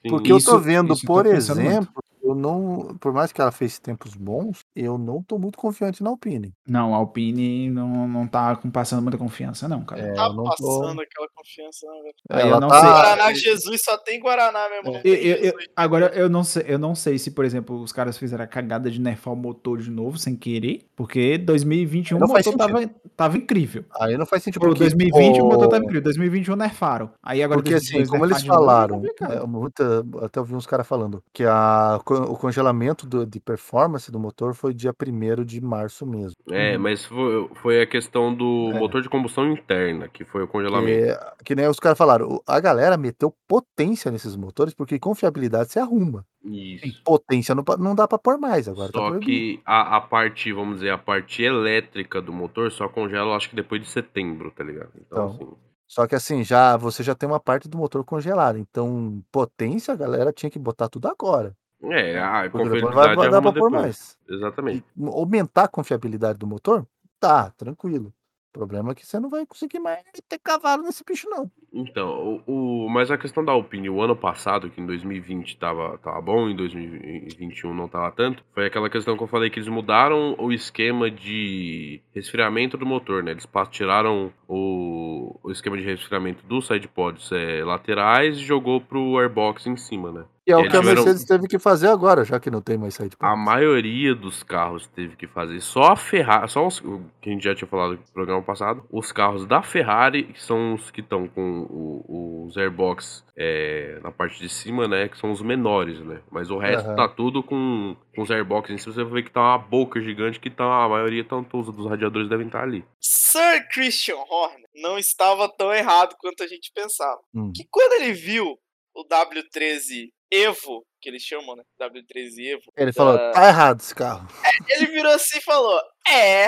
sim,
Porque
Isso-
eu tô vendo,
isso eu tô
por
pensando muito.
exemplo, eu não, por mais que ela fez tempos bons, eu não tô muito confiante na Alpine.
Não, a Alpine não, não tá com- passando muita confiança, não, cara.
É,
tá
eu não tô-
passando né? aquela confiança, não, velho.
Aí eu
Ela
não
tá-
sei.
Guaraná Jesus só tem Guaraná, meu irmão. não tem
Eu- eu- eu-
Jesus.
agora, eu não, sei, eu não sei se, por exemplo, os caras fizeram a cagada de nerfar o motor de novo sem querer, porque 2021
Não
o
faz
um
Tipo,
motor tava, tava incrível. Tipo,
Aí não faz sentido.
Pô,
porque,
2020 o... motor
pô,
tava incrível, 2021 nerfaram. Aí agora
Porque assim,
2022
como eles
nerfar de novo é
falaram,
complicado.
é, muita- até ouvi uns caras falando, que a, co- o congelamento do- de performance do motor foi dia 1 de março mesmo.
É,
Uhum.
mas foi, foi a questão do
É.
motor de combustão interna, que foi o congelamento.
Que, que nem os caras falaram, o- a galera meteu potência nesses motores, porque confiabilidade se arruma.
Isso.
Potência não, pa- não dá pra pôr mais, agora tá
Só
proibido.
que a, a parte, vamos dizer, a parte elétrica do motor só congela, acho que depois de setembro, tá ligado? Então,
Então,
assim.
Só que assim, já você já tem uma parte do motor congelada, então potência a galera tinha que botar tudo agora.
É, a
Porque depois
confiabilidade
vai, vai dar
arruma
pra pôr
depois.
mais.
Exatamente.
E aumentar a confiabilidade do motor? Tá, tranquilo. O problema é que você não vai conseguir mais ter cavalo nesse bicho, não.
Então, o, o- mas a questão da Alpine, o ano passado, que em 2020 tava, tava bom, em 2021 não tava tanto, foi aquela questão que eu falei que eles mudaram o esquema de resfriamento do motor, né? Eles pa- tiraram o, o esquema de resfriamento dos sidepods é, laterais e jogou pro airbox em cima, né?
E é o
Eles
que a
tiveram-
Mercedes teve que fazer agora, já que não tem mais side
A
pods.
maioria dos carros teve que fazer. Só a Ferrari, só os o que a gente já tinha falado no programa passado, os carros da Ferrari, que são os que estão com o- os airbox é, na parte de cima, né? Que são os menores, né? Mas o resto
Aham.
tá tudo com, com os airbox. em cima. você vai ver que tá uma boca gigante, que tá, a maioria tão, todos os radiadores devem estar ali.
Sir Christian Horner não estava tão errado quanto a gente pensava.
Hum.
que quando ele viu o W13 Evo, que eles chamam, né? W13 Evo,
Ele falou, tá errado esse carro.
ele virou assim e falou: É,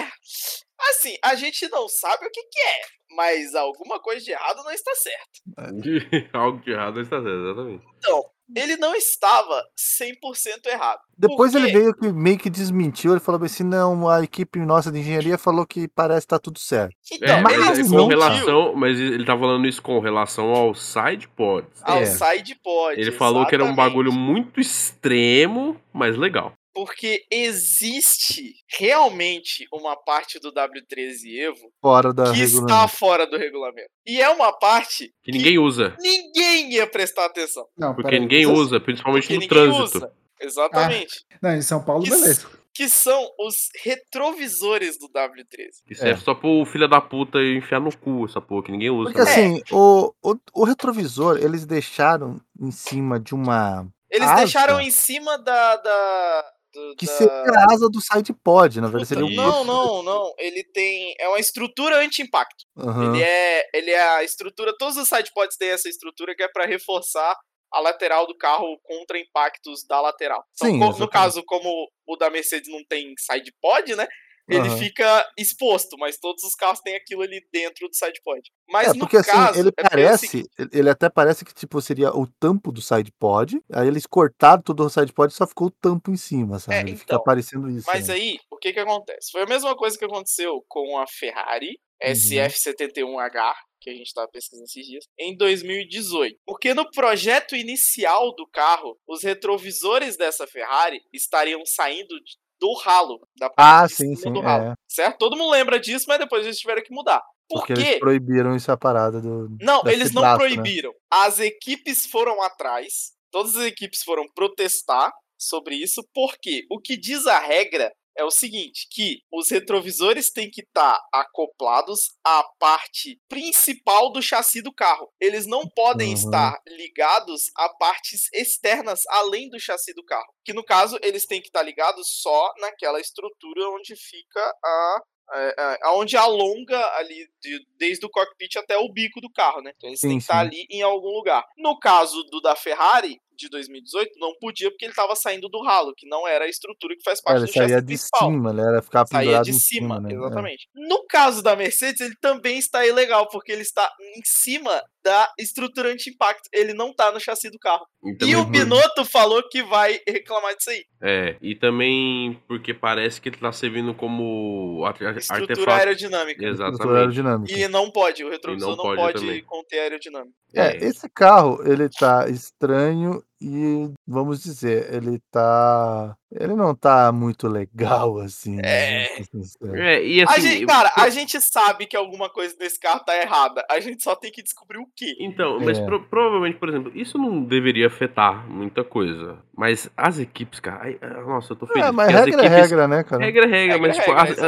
assim, a gente não sabe o que, que é, mas alguma coisa de errado não está certo.
É.
Algo de errado está certo, exatamente.
Ele não estava 100% errado.
Depois
Por
ele
quê?
veio que meio que desmentiu, ele falou assim, não, a equipe nossa de engenharia falou que parece que tá tudo certo.
É,
Então,
mas
ele
mas, é
eles
com
não
desmentiu
relação, mas ele tá falando isso com relação ao side pods.
ao
É.
side pod.
Ele falou que era um
exatamente.
bagulho muito extremo, mas legal.
Porque existe realmente uma parte do W13 Evo
Fora da
que está
regulamentação.
fora do regulamento. E é uma parte
Que ninguém usa.
ninguém ia prestar atenção.
Não,
Porque
peraí,
ninguém
vocês-
usa, principalmente
que
no
é assim. ninguém
trânsito.
usa. Exatamente.
Não, em São Paulo,
Que
beleza.
Que são os retrovisores do W13.
Que
É.
serve é só pro filho da puta enfiar no cu essa porra, que ninguém
É.
usa.
Porque
também.
assim, o, o, o retrovisor, eles deixaram em cima de uma
Eles
Asa?
deixaram em cima da. da do-
Que
da-
seria a asa do side pod, na verdade. Seria o
Puta,
Ah. Não, não, não. Ele tem. É uma estrutura anti-impacto.
Aham.
Ele é, ele é a estrutura, todos os sidepods têm essa estrutura que é para reforçar a lateral do carro contra impactos da lateral. Então,
Sim,
co- no
exatamente.
caso, como o da Mercedes não tem sidepod, né? Ele
Aham.
fica exposto, mas todos os carros têm aquilo ali dentro do sidepod. Mas
É,
no
porque assim,
caso,
ele
é porque, assim,
parece, ele- ele até parece que tipo seria o tampo do side pod, aí eles cortaram todo o side pod e só ficou o tampo em cima, sabe?
É,
Fica
então,
parecendo isso.
Mas
né?
aí, o que que acontece? Foi a mesma coisa que aconteceu com a Ferrari
Uhum.
SF71H, que a gente tava pesquisando esses dias, em 2018. Porque no projeto inicial do carro, os retrovisores dessa Ferrari estariam saindo de- do ralo, da parte
Ah,
de
sim,
cima
sim,
do ralo,
é.
certo? Todo mundo lembra disso, mas depois eles tiveram que mudar. Por
Porque
quê?
eles proibiram essa parada do
Não,
desse
eles não
braço, né?
proibiram. As equipes foram atrás, todas as equipes foram protestar sobre isso, porque o que diz a regra é o seguinte, que os retrovisores têm que estar acoplados à parte principal do chassi do carro. Eles não podem
Uhum.
estar ligados a partes externas além do chassi do carro. Que no caso, eles têm que estar ligados só naquela estrutura onde fica a é, é, aonde alonga ali de- desde o cockpit até o bico do carro, né? Então eles têm
Sim,
que
sim.
estar ali em algum lugar. No caso do da Ferrari de 2018, não podia porque ele estava saindo do ralo, que não era a estrutura que faz parte
Ele
do chassi
é, saía de
principal.
cima, né? Era ficar
Saía
pendurado
de
em
cima,
né? É.
exatamente. No caso da Mercedes, ele também está ilegal, porque ele está em cima da estrutura anti-impacto. Ele não está no chassi do carro.
Então,
e o
é
por-
Binotto falou que vai reclamar disso aí.
É, e também porque parece que ele tá servindo como arte-
Estrutura
artefato.
aerodinâmica.
Estrutura
Exatamente.
aerodinâmica.
E não pode, o retrovisor não,
pode
pode
também.
conter aerodinâmica.
É, esse carro, ele tá estranho e, vamos dizer, ele tá. Ele não tá muito legal, assim, né?
É.
Vamos ser sinceros.
É, e
A
assim.
gente-
eu-
cara, a gente sabe que alguma coisa desse carro tá errada. A gente só tem que descobrir o quê.
Então, mas
É.
pro- provavelmente, por exemplo, isso não deveria afetar muita coisa. Mas as equipes, cara. ai, ah, nossa, eu tô feliz.
É, mas
porque as
regra é
equipes-
regra, né, cara?
Regra é regra,
Regra
mas
é
tipo,
regra,
as,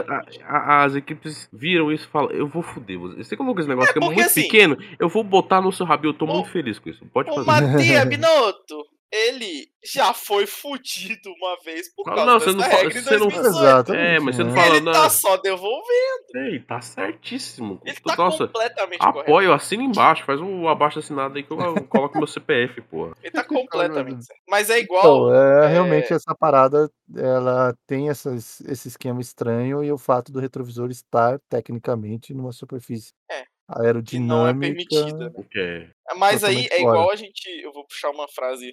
a- a- a- as equipes viram isso e falam, eu vou foder você. Você colocou esse negócio que é
porque
muito
assim-
pequeno, eu vou botar no seu rabinho, eu tô
O-
muito feliz com isso. Pode
O
fazer.
Matia Binotto, ele já foi fudido uma vez por
Não,
causa
não,
dessa
você não fa-
regra em
você não-
2018.
É, mas você não
né?
fala-
Ele tá
não.
só devolvendo.
Ei, tá certíssimo.
Ele tá
Nossa,
completamente correto.
apoio, assina embaixo, faz um abaixo assinado aí que eu, eu coloco meu CPF, porra.
Ele tá
Então,
completamente certo. Mas é igual.
Então, é,
é-
realmente essa parada, ela tem essas, esse esquema estranho e o fato do retrovisor estar tecnicamente numa superfície
É. Que não é
aerodinâmica.
permitida.
O que é?
Mas aí
Totalmente
é
fora.
igual a gente. Eu vou puxar uma frase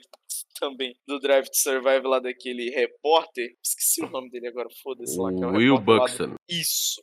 também do Drive to Survive lá daquele repórter. Esqueci o nome dele agora, foda-se lá. Que é
O
o
Will
repórter lá do-
Buxton.
Isso.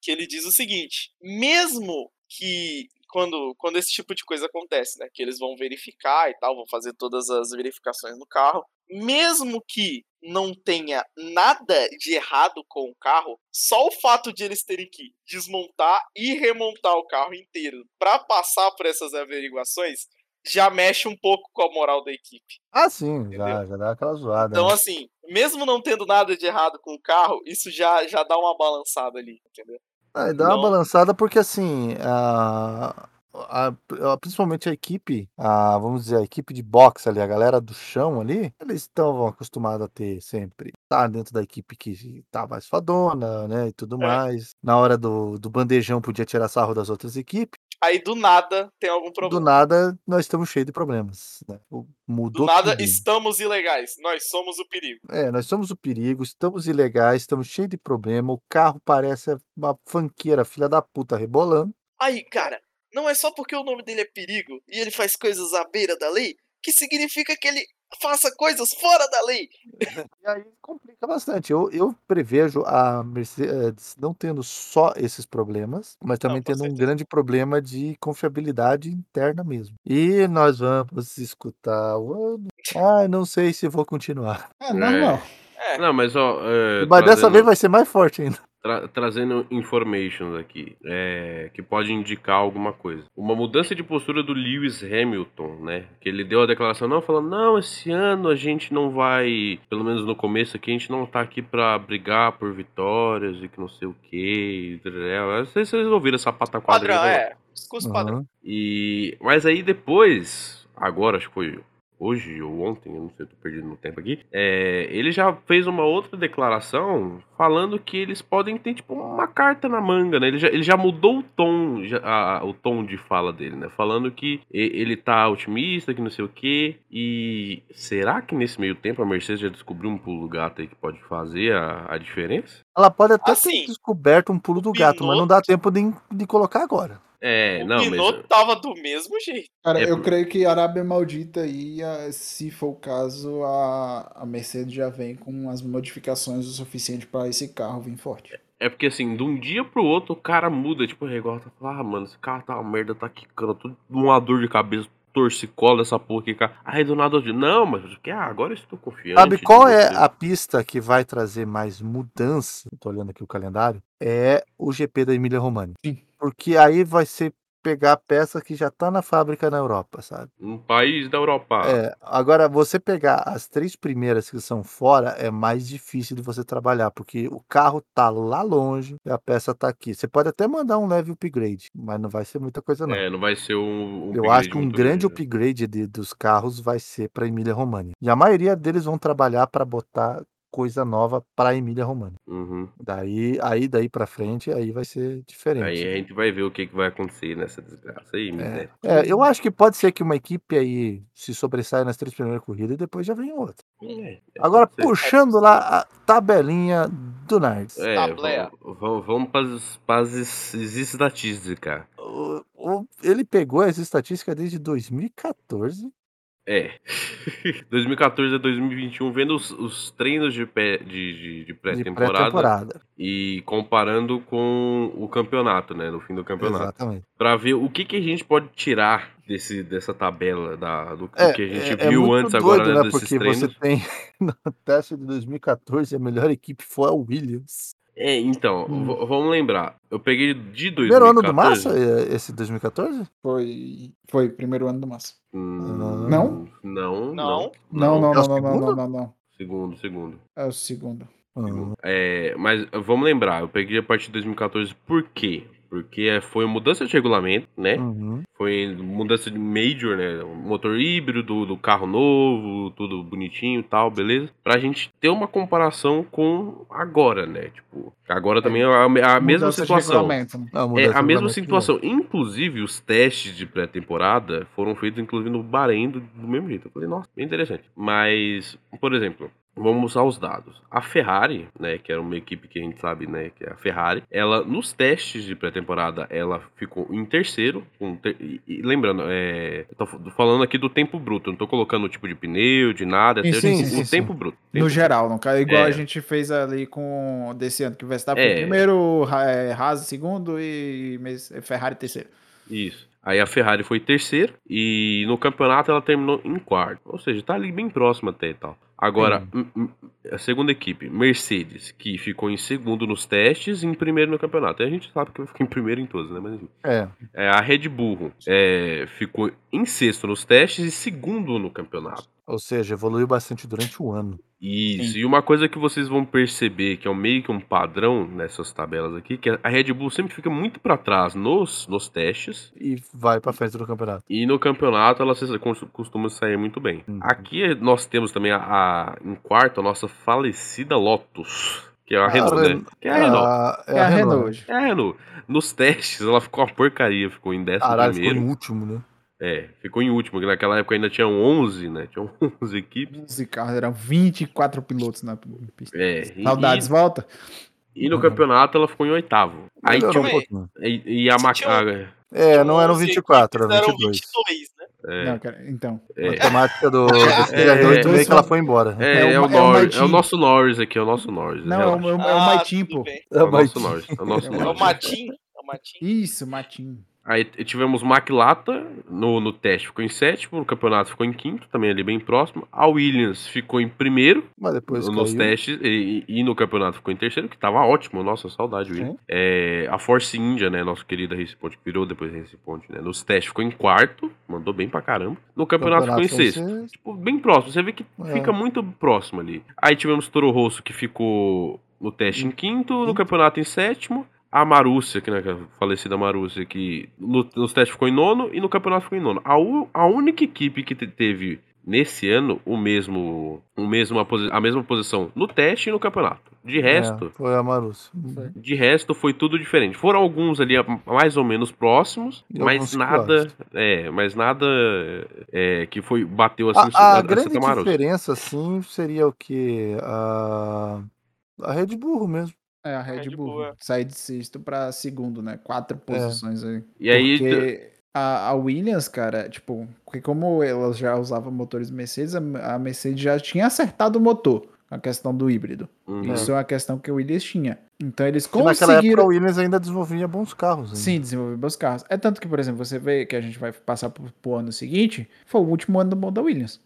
Que ele diz o seguinte: mesmo que quando, quando esse tipo de coisa acontece, né? Que eles vão verificar e tal, vão fazer todas as verificações no carro. Mesmo que não tenha nada de errado com o carro, só o fato de eles terem que desmontar e remontar o carro inteiro para passar por essas averiguações já mexe um pouco com a moral da equipe.
Ah, sim, já, já dá aquela zoada.
Então,
né?
assim, mesmo não tendo nada de errado com o carro, isso já, já dá uma balançada ali, entendeu?
Ah, e dá uma
Não.
balançada porque assim, a, a- a- principalmente a equipe, a, vamos dizer, a equipe de boxe ali, a galera do chão ali, eles estão acostumados a ter sempre, tá dentro da equipe que tá mais fadona, né, e tudo
É.
mais. Na hora do, do bandejão podia tirar sarro das outras equipes,
Aí do nada tem algum
do
problema.
nada nós estamos cheios de problemas, né? O-
Do,
Mudou
nada
tudo.
estamos ilegais. Nós somos o perigo.
É, nós somos o perigo, estamos ilegais, estamos cheios de problema, o carro parece uma fanqueira, filha da puta, rebolando.
Aí, cara, não é só porque o nome dele é perigo e ele faz coisas à beira da lei que significa que ele faça coisas fora da lei.
E aí complica bastante. Eu, eu prevejo a Mercedes não tendo só esses problemas, mas também
com
tendo um
certeza.
grande problema de confiabilidade interna mesmo. E nós vamos escutar o ano. Ai, não sei se vou continuar.
É normal.
É.
Não, mas ó. é,
mas dessa
trazendo-
vez vai ser mais forte ainda.
Tra- trazendo informations aqui, é, que pode indicar alguma coisa. Uma mudança de postura do Lewis Hamilton, né? Que ele deu a declaração não falando, não, esse ano a gente não vai, pelo menos no começo aqui, a gente não tá aqui pra brigar por vitórias e que não sei o que. Vocês vocês ouviram essa pataquada. né? que ele
Padrão,
falou.
é. Discurso padrão.
Uhum.
E mas aí depois, agora acho que foi hoje ou ontem, eu não sei, eu tô perdido no tempo aqui, é, ele já fez uma outra declaração falando que eles podem ter, tipo, uma carta na manga, né? Ele já, ele já mudou o tom, já- a- o tom de fala dele, né? Falando que e- ele tá otimista, que não sei o quê, e será que nesse meio tempo a Mercedes já descobriu um pulo do gato aí que pode fazer a, a diferença?
Ela pode até
Assim,
ter descoberto um pulo do gato, mas não dá tempo de, de colocar agora.
É,
o
não,
Binotto
mas...
tava do mesmo jeito.
Cara,
É,
eu
por-
creio que a Arábia Maldita ia, se for o caso, a, a Mercedes já vem com as modificações o suficiente para esse carro vir forte.
É porque assim, de um dia pro outro o cara muda, tipo, é igual tá falando, ah, mano, esse carro tá uma merda, tá quicando, tudo uma dor de cabeça, torcicola essa porra aqui, cara. Aí do nada eu digo, não, mas eu- ah, agora eu estou confiante.
Sabe qual
de
é
você."
a pista que vai trazer mais mudança? Tô olhando aqui o calendário. É o GP da Emília Romagna.
Sim.
Porque aí vai ser pegar a peça que já tá na fábrica na Europa, sabe?
Um país da Europa.
É, agora, você pegar as três primeiras que são fora é mais difícil de você trabalhar, porque o carro tá lá longe e a peça tá aqui. Você pode até mandar um leve upgrade, mas não vai ser muita coisa, não.
É, não vai ser um, um
Eu acho
upgrade
que um
muito
grande
né?
upgrade de- dos carros vai ser para Emília Romagna. E a maioria deles vão trabalhar para botar coisa nova para Emília Romagna.
Uhum.
Daí, aí daí para frente, aí vai ser diferente.
Aí é a gente vai ver o que, que vai acontecer nessa desgraça aí, miséria.
É, eu acho que pode ser que uma equipe aí se sobressaia nas três primeiras corridas e depois já vem outra.
É, é,
Agora
pode ser.
puxando lá a tabelinha do Nardes.
É,
Tablea.
vamos, vamos, vamos pras, pras es- estatísticas.
O- o- ele pegou essa estatística desde 2014.
É. 2014 a 2021, vendo os, os treinos de, pé- de, de- de
de
pré-temporada
pré-temporada.
e comparando com o campeonato, né? No fim do campeonato.
Exatamente.
Pra ver o que, que a gente pode tirar desse, dessa tabela, da, do, do
É,
que a gente
é
viu
muito
antes
doido,
agora, né?
né?
Desses
Porque
treinos.
você tem no teste de 2014 a melhor equipe foi a Williams.
É, então,
Hum.
v- vamos lembrar. Eu peguei de 2014.
Primeiro ano do Massa, é, esse 2014?
Foi, foi primeiro ano do Massa.
Hum,
Não?
Não,
Não.
não.
Não, não,
É o
não, não, não,
segundo?
não, não, não.
Segundo, segundo.
É o segundo.
Hum,
É, mas vamos lembrar, eu peguei a partir de 2014, por quê? Porque é, foi uma mudança de regulamento,
Hum.
né?
uhum.
Foi mudança de major, né? O Motor híbrido, do, do carro novo, tudo bonitinho e tal, beleza? Pra gente ter uma comparação com agora, né? Tipo, agora também é a, a mesma
Mudança de
situação.
regulamento, né?
Não,
É
mudança
a
de
mesma
regulamento de
situação. Inclusive, os testes de pré-temporada foram feitos, inclusive, no Bahrein do, do mesmo jeito. Eu falei, nossa, bem interessante. Mas, por exemplo, vamos usar os dados. A Ferrari, né, que era uma equipe que a gente sabe, né, que é a Ferrari, ela, nos testes de pré-temporada, ela ficou em terceiro. com ter- e, e lembrando, é, eu tô f- falando aqui do tempo bruto, não tô colocando o tipo de pneu, de nada,
Sim,
até
sim,
o,
sim,
o
sim,
tempo bruto.
No
Tempo-
geral, não cai igual
É.
a gente fez ali com desse ano, que o Verstappen
É.
foi primeiro, Ra- é, Haas segundo e Mes- Ferrari terceiro.
Isso. Aí a Ferrari foi terceiro e no campeonato ela terminou em quarto. Ou seja, tá ali bem próximo até e tal. Agora, m- m- a segunda equipe, Mercedes, que ficou em segundo nos testes e em primeiro no campeonato. E a gente sabe que vai ficar em primeiro em todos, né? Mas enfim.
É,
É, a Red Bull é, ficou em sexto nos testes e segundo no campeonato.
ou seja, evoluiu bastante durante o ano.
Isso,
Sim.
e uma coisa que vocês vão perceber, que é um meio que um padrão nessas tabelas aqui, que a Red Bull sempre fica muito pra trás nos, nos testes,
E vai pra frente do campeonato.
E no campeonato ela se- cons- costuma sair muito bem.
Uhum.
Aqui nós temos também a, a- em quarto a nossa falecida Lotus, que é a
Ah,
Renault,
Ren-
né? Que é a
Ah.
Renault.
É, a Renault hoje.
É a Renault. Nos testes ela ficou uma porcaria, ficou em décimo
Caralho, ficou
primeiro.
em último, né?
É, ficou em último, que naquela época ainda tinham 11, né? Tinham 11 equipes.
11 carros, eram 24 pilotos na pista.
É, e,
Saudades, volta.
e, e no campeonato ela ficou em oitavo. Aí
Melhorou
tinha,
um pouquinho.
e, e a Mac...
Tinha
a-
É, não eram
Os
24,
equipes
um
eram
eram
22.
22, né?
Não, cara, então.
É,
A temática do, do
é,
CR8 meio que ela
é.
foi embora.
é,
É
é
o-
o
é o
Norris, é o
Martin.
nosso Norris aqui, é o nosso Norris.
Não, é o,
relaxa.
é o, é o Maitim,
Ah, tudo
pô.
bem.
É o nosso
Mas-
Norris. É o nosso
É o
Norris.
É o Matinho. É o Matinho.
Isso, Matinho.
Aí t- tivemos Maclata no, no teste, ficou em sétimo, no campeonato ficou em quinto, também ali bem próximo. A Williams ficou em primeiro
Mas depois
nos
caiu.
testes e, e no campeonato ficou em terceiro, que tava ótimo, nossa, saudade, Williams. É, a Force India, né, nossa querida Race Point, que virou depois Race Point, né, nos testes ficou em quarto, mandou bem pra caramba. No campeonato,
Campeonato
ficou em sexto.
francês.
Tipo, bem próximo, você vê que
É.
fica muito próximo ali. Aí tivemos Toro Rosso, que ficou no teste em quinto, no
Quinto.
campeonato em sétimo. A Marúcia, que né, que é a falecida Marúcia, que no- nos testes ficou em nono e no campeonato ficou em nono. A, u- a única equipe que te- teve nesse ano o mesmo, o mesmo a, posi- a mesma posição no teste e no campeonato. De resto,
É, foi a Marus.
de resto foi tudo diferente. Foram alguns ali a- mais ou menos próximos,
E
mas
alguns
nada, é, mas nada é, que foi bateu assim
A, a
Santa
grande
Marosa.
diferença, assim, seria o que? A, a Red Bull mesmo.
É, a Red,
Red
Bull.
Bull, é.
Sai de sexto pra segundo, né?
É.
Quatro posições aí.
E aí
Porque a, a Williams, cara, tipo, porque como ela já usava motores Mercedes, a, a Mercedes já tinha acertado o motor, a questão do híbrido.
Uhum.
Isso é uma questão que a Williams tinha. Então eles
Porque Naquela época o
conseguiram.
Williams né? ainda desenvolvia bons carros. Hein?
Sim, desenvolver bons carros. É tanto que, por exemplo, você vê que a gente vai passar pro, pro ano seguinte, foi o último ano do bom da Williams.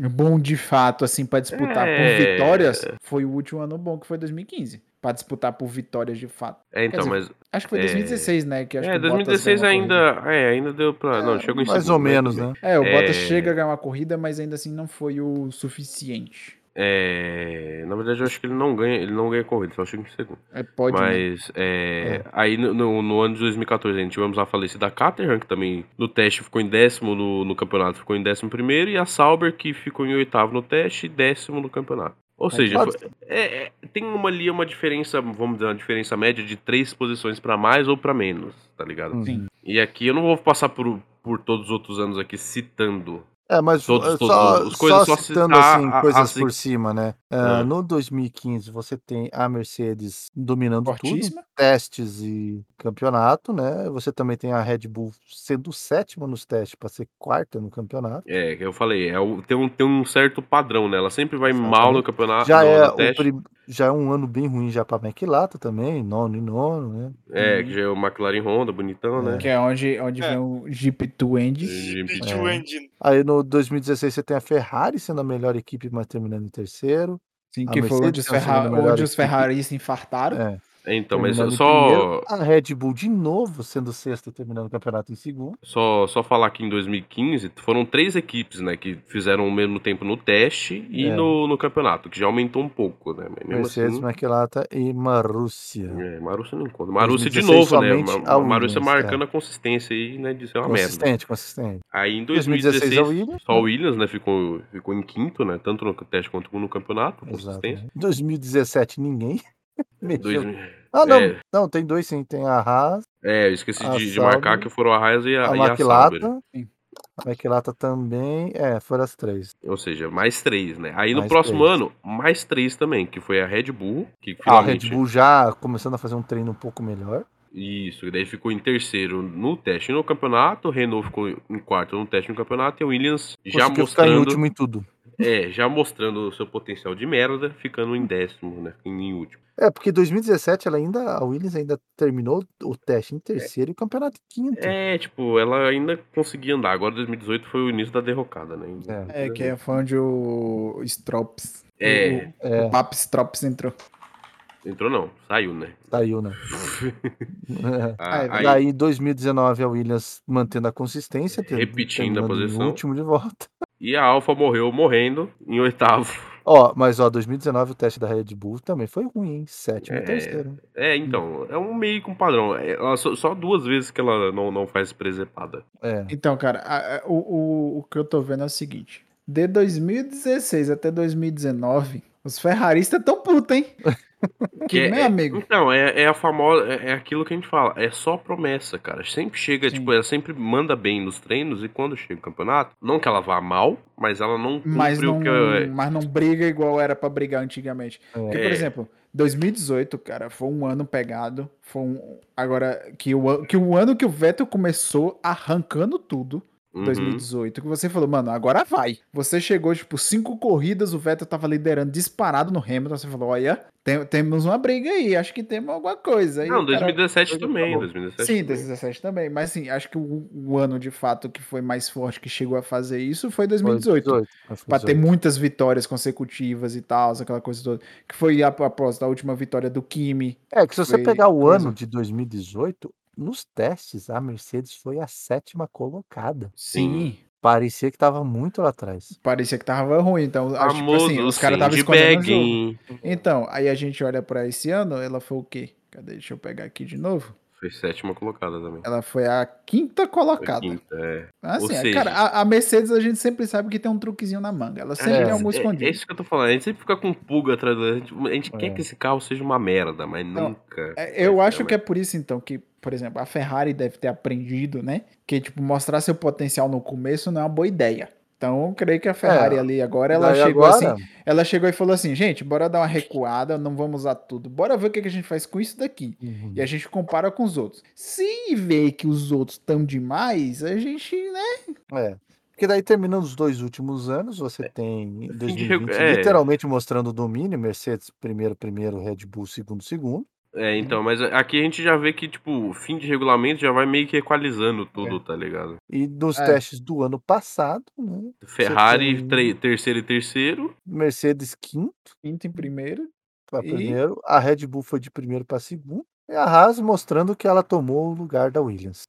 É.
Bom de fato, assim, pra disputar
É.
por vitórias, foi o último ano bom que foi 2015. Pra disputar por vitórias de fato.
É, então,
dizer,
mas
Acho que foi
É.
2016, né? Que acho
é,
que o Bottas
2016
ganhou a corrida.
ainda, é, ainda deu pra, não, chegou em
Mais
segundo,
ou
né?
menos, né?
É, o Bottas
É.
chega a ganhar uma corrida, mas ainda assim não foi o suficiente.
É, na verdade eu acho que ele não ganha, ele não ganha corrida, só chega em segundo.
É, pode. né?
Mas é, aí no, no- no ano de 2014 a gente tivemos a falecida Caterham, que também no teste ficou em décimo no, no campeonato, ficou em décimo primeiro, e a Sauber, que ficou em oitavo no teste e décimo no campeonato. Ou seja,
pode-
foi- é- é, tem uma ali uma diferença, vamos dizer, uma diferença média de três posições pra mais ou pra menos, tá ligado?
Hum.
Sim.
E aqui eu não vou passar por, por todos os outros anos aqui citando.
É, mas
Todos,
eh,
todos,
só,
todos. As coisas
só
só
citando
citar
assim,
a-
coisas
as-
por cima, né? Eh,
Ah.
No 2015 você tem a Mercedes dominando tudo,
Fortíssima.
testes e campeonato, né? Você também tem a Red Bull sendo sétima nos testes para ser quarta no campeonato.
É, que eu falei, é o- tem, um, tem um certo padrão, né? Ela sempre vai
Exatamente.
mal no campeonato,
já
Ah, no,
é
no
o
teste.
prim- já é um ano bem ruim já para McLata também, nono e nono, né?
É, que já é o McLaren Honda, bonitão, né?
Que é onde, onde
É.
vem o Jeep Twins.
De-
Pit
É.
Two Engine.
Aí no 2016 você tem a Ferrari sendo a melhor equipe, mas terminando em terceiro.
Sim,
A
que foi onde
Mercedes
os,
é o
ferra...
segundo melhor
onde os
equipe.
ferraristas infartaram.
É.
Então, mas
terminando em
só,
primeiro. a Red Bull de novo sendo sexta, terminando o campeonato em segundo.
só, só falar que em 2015 foram três equipes, né? Que fizeram o mesmo tempo no teste e
É.
no, no campeonato, que já aumentou um pouco, né? Mas mesmo
Mercedes,
assim.
McLaren e Marussia.
É, Marúcia não encontra. Marúcia de
2016
novo, né?
somente é.
Ma-
a
Marúcia
Williams,
marcando a consistência aí, né? De ser uma merda.
Consistente, consistente.
Aí em
2016
2016,
é o Williams,
só
né?
o Williams, né? Ficou, ficou em quinto, né? Tanto no teste quanto no
Exato.
campeonato.
né?
Consistência.
2017, ninguém. Mexeu.
Dois,
Ah, não.
É.
Não, tem dois sim. Tem a Haas,
é, eu esqueci
A
de, de
Sauber,
marcar que foram a Haas Ah, e a,
a
e a Sauber.
Maquilata.
Sim.
A Maquilata também. É, foram as três.
Ou seja, mais três, né? Aí no
Mais
próximo
três.
ano, mais três também, que foi a Red Bull, que
A Red
finalmente.
Bull já começando a fazer um treino um pouco melhor.
Isso, e daí ficou em terceiro no teste e no campeonato, Renault ficou em quarto no teste e no campeonato, e o Williams já
Conseguiu ficar em
mostrando.
último em tudo.
É, já mostrando o seu potencial de merda, ficando em décimo, né? Em último.
É, porque 2017 ela ainda, a Williams ainda terminou o teste em terceiro e o campeonato em quinto.
É, tipo, ela ainda conseguia andar. Agora 2018 foi o início da derrocada, né?
É, que foi onde o Strops.
É.
O,
É,
o Pap Strops entrou.
Entrou não, saiu, né?
saiu, né?
Ah, é
A- aí-
Daí, 2019, a Williams mantendo a consistência. ter-
Repetindo a
terminando em
posição.
último de volta.
E a Alfa morreu morrendo em oitavo.
Ó, mas ó, 2019 o teste da Red Bull também foi ruim, hein? Sétimo
É.
e terceiro.
É, então, é um meio com padrão. É, Ela, só, só duas vezes que ela não, não faz presepada.
É.
Então, cara, a- a- o, o, o que eu tô vendo é o seguinte: de 2016 até 2019, os ferraristas tão putos, hein? que,
é,
meu
é-
amigo.
Então, é, é a famosa. É, é aquilo que a gente fala. É só promessa, cara. Sempre chega,
Sim.
tipo, ela sempre manda bem nos treinos e quando chega o campeonato, não que ela vá mal, mas ela não cumpriu
mas não,
o que. é-
mas não briga igual era pra brigar antigamente. Porque,
É.
por exemplo, 2018, cara, foi um ano pegado. Foi um. Agora, que o, an- que o ano que o Vettel começou arrancando tudo,
Uhum.
2018, que você falou, mano, agora vai. Você chegou, tipo, cinco corridas, o Vettel tava liderando disparado no Hamilton. Você falou, olha, tem- temos uma briga aí, acho que temos alguma coisa. Aí
Não,
o cara-
2017
Acabou.
também. 2017
Sim,
também.
2017 também. Mas, assim, acho que o, o ano de fato que foi mais forte, que chegou a fazer isso, foi 2018 pra ter muitas vitórias consecutivas e tal, aquela coisa toda. Que foi a- após a última vitória do Kimi.
É que se você
Foi
pegar o
coisa.
ano de 2018, nos testes a Mercedes foi a sétima colocada.
Sim.
Parecia que estava muito lá atrás.
Parecia que tava ruim, então acho que tipo
Famoso
assim, os caras estavam escondendo o
sandbag,
jogo.
hein?
Então, aí a gente olha pra esse ano, ela foi o quê? Cadê? Deixa eu pegar aqui de novo.
Foi sétima colocada também.
Ela foi a quinta
Foi
colocada.
quinta, é.
Assim,
Ou seja-
cara, a, a Mercedes a gente sempre sabe que tem um truquezinho na manga. Ela sempre
É,
tem algum
é-
escondido.
é isso que eu tô falando. A gente sempre fica com pulga atrás da gente. A gente
É.
quer que esse carro seja uma merda, mas
Não,
nunca.
É, Eu acho que é por isso, então, que, por exemplo, a Ferrari deve ter aprendido, né? Que, tipo, mostrar seu potencial no começo não é uma boa ideia. Então, eu creio que a Ferrari
É.
ali agora, ela
Daí
chegou assim.
agora,
Ela chegou e falou assim, gente, bora dar uma recuada, não vamos usar tudo. Bora ver o que que a gente faz com isso daqui.
uhum.
E a gente compara com os outros. Se vê que os outros estão demais, a gente, né?
É. Porque daí, terminando os dois últimos anos,
É.
você tem
de
2020
regu- é.
literalmente mostrando o domínio, Mercedes primeiro, primeiro, Red Bull segundo, segundo.
É, então, mas aqui a gente já vê que, tipo, o fim de regulamento já vai meio que equalizando tudo, tá ligado?
E dos
É.
testes do ano passado, né,
Ferrari,
tem-
tre- terceiro e terceiro.
Mercedes quinto
Quinto em primeiro.
para
E-
primeiro, a Red Bull foi de primeiro para segundo, e a Haas mostrando que ela tomou o lugar da Williams.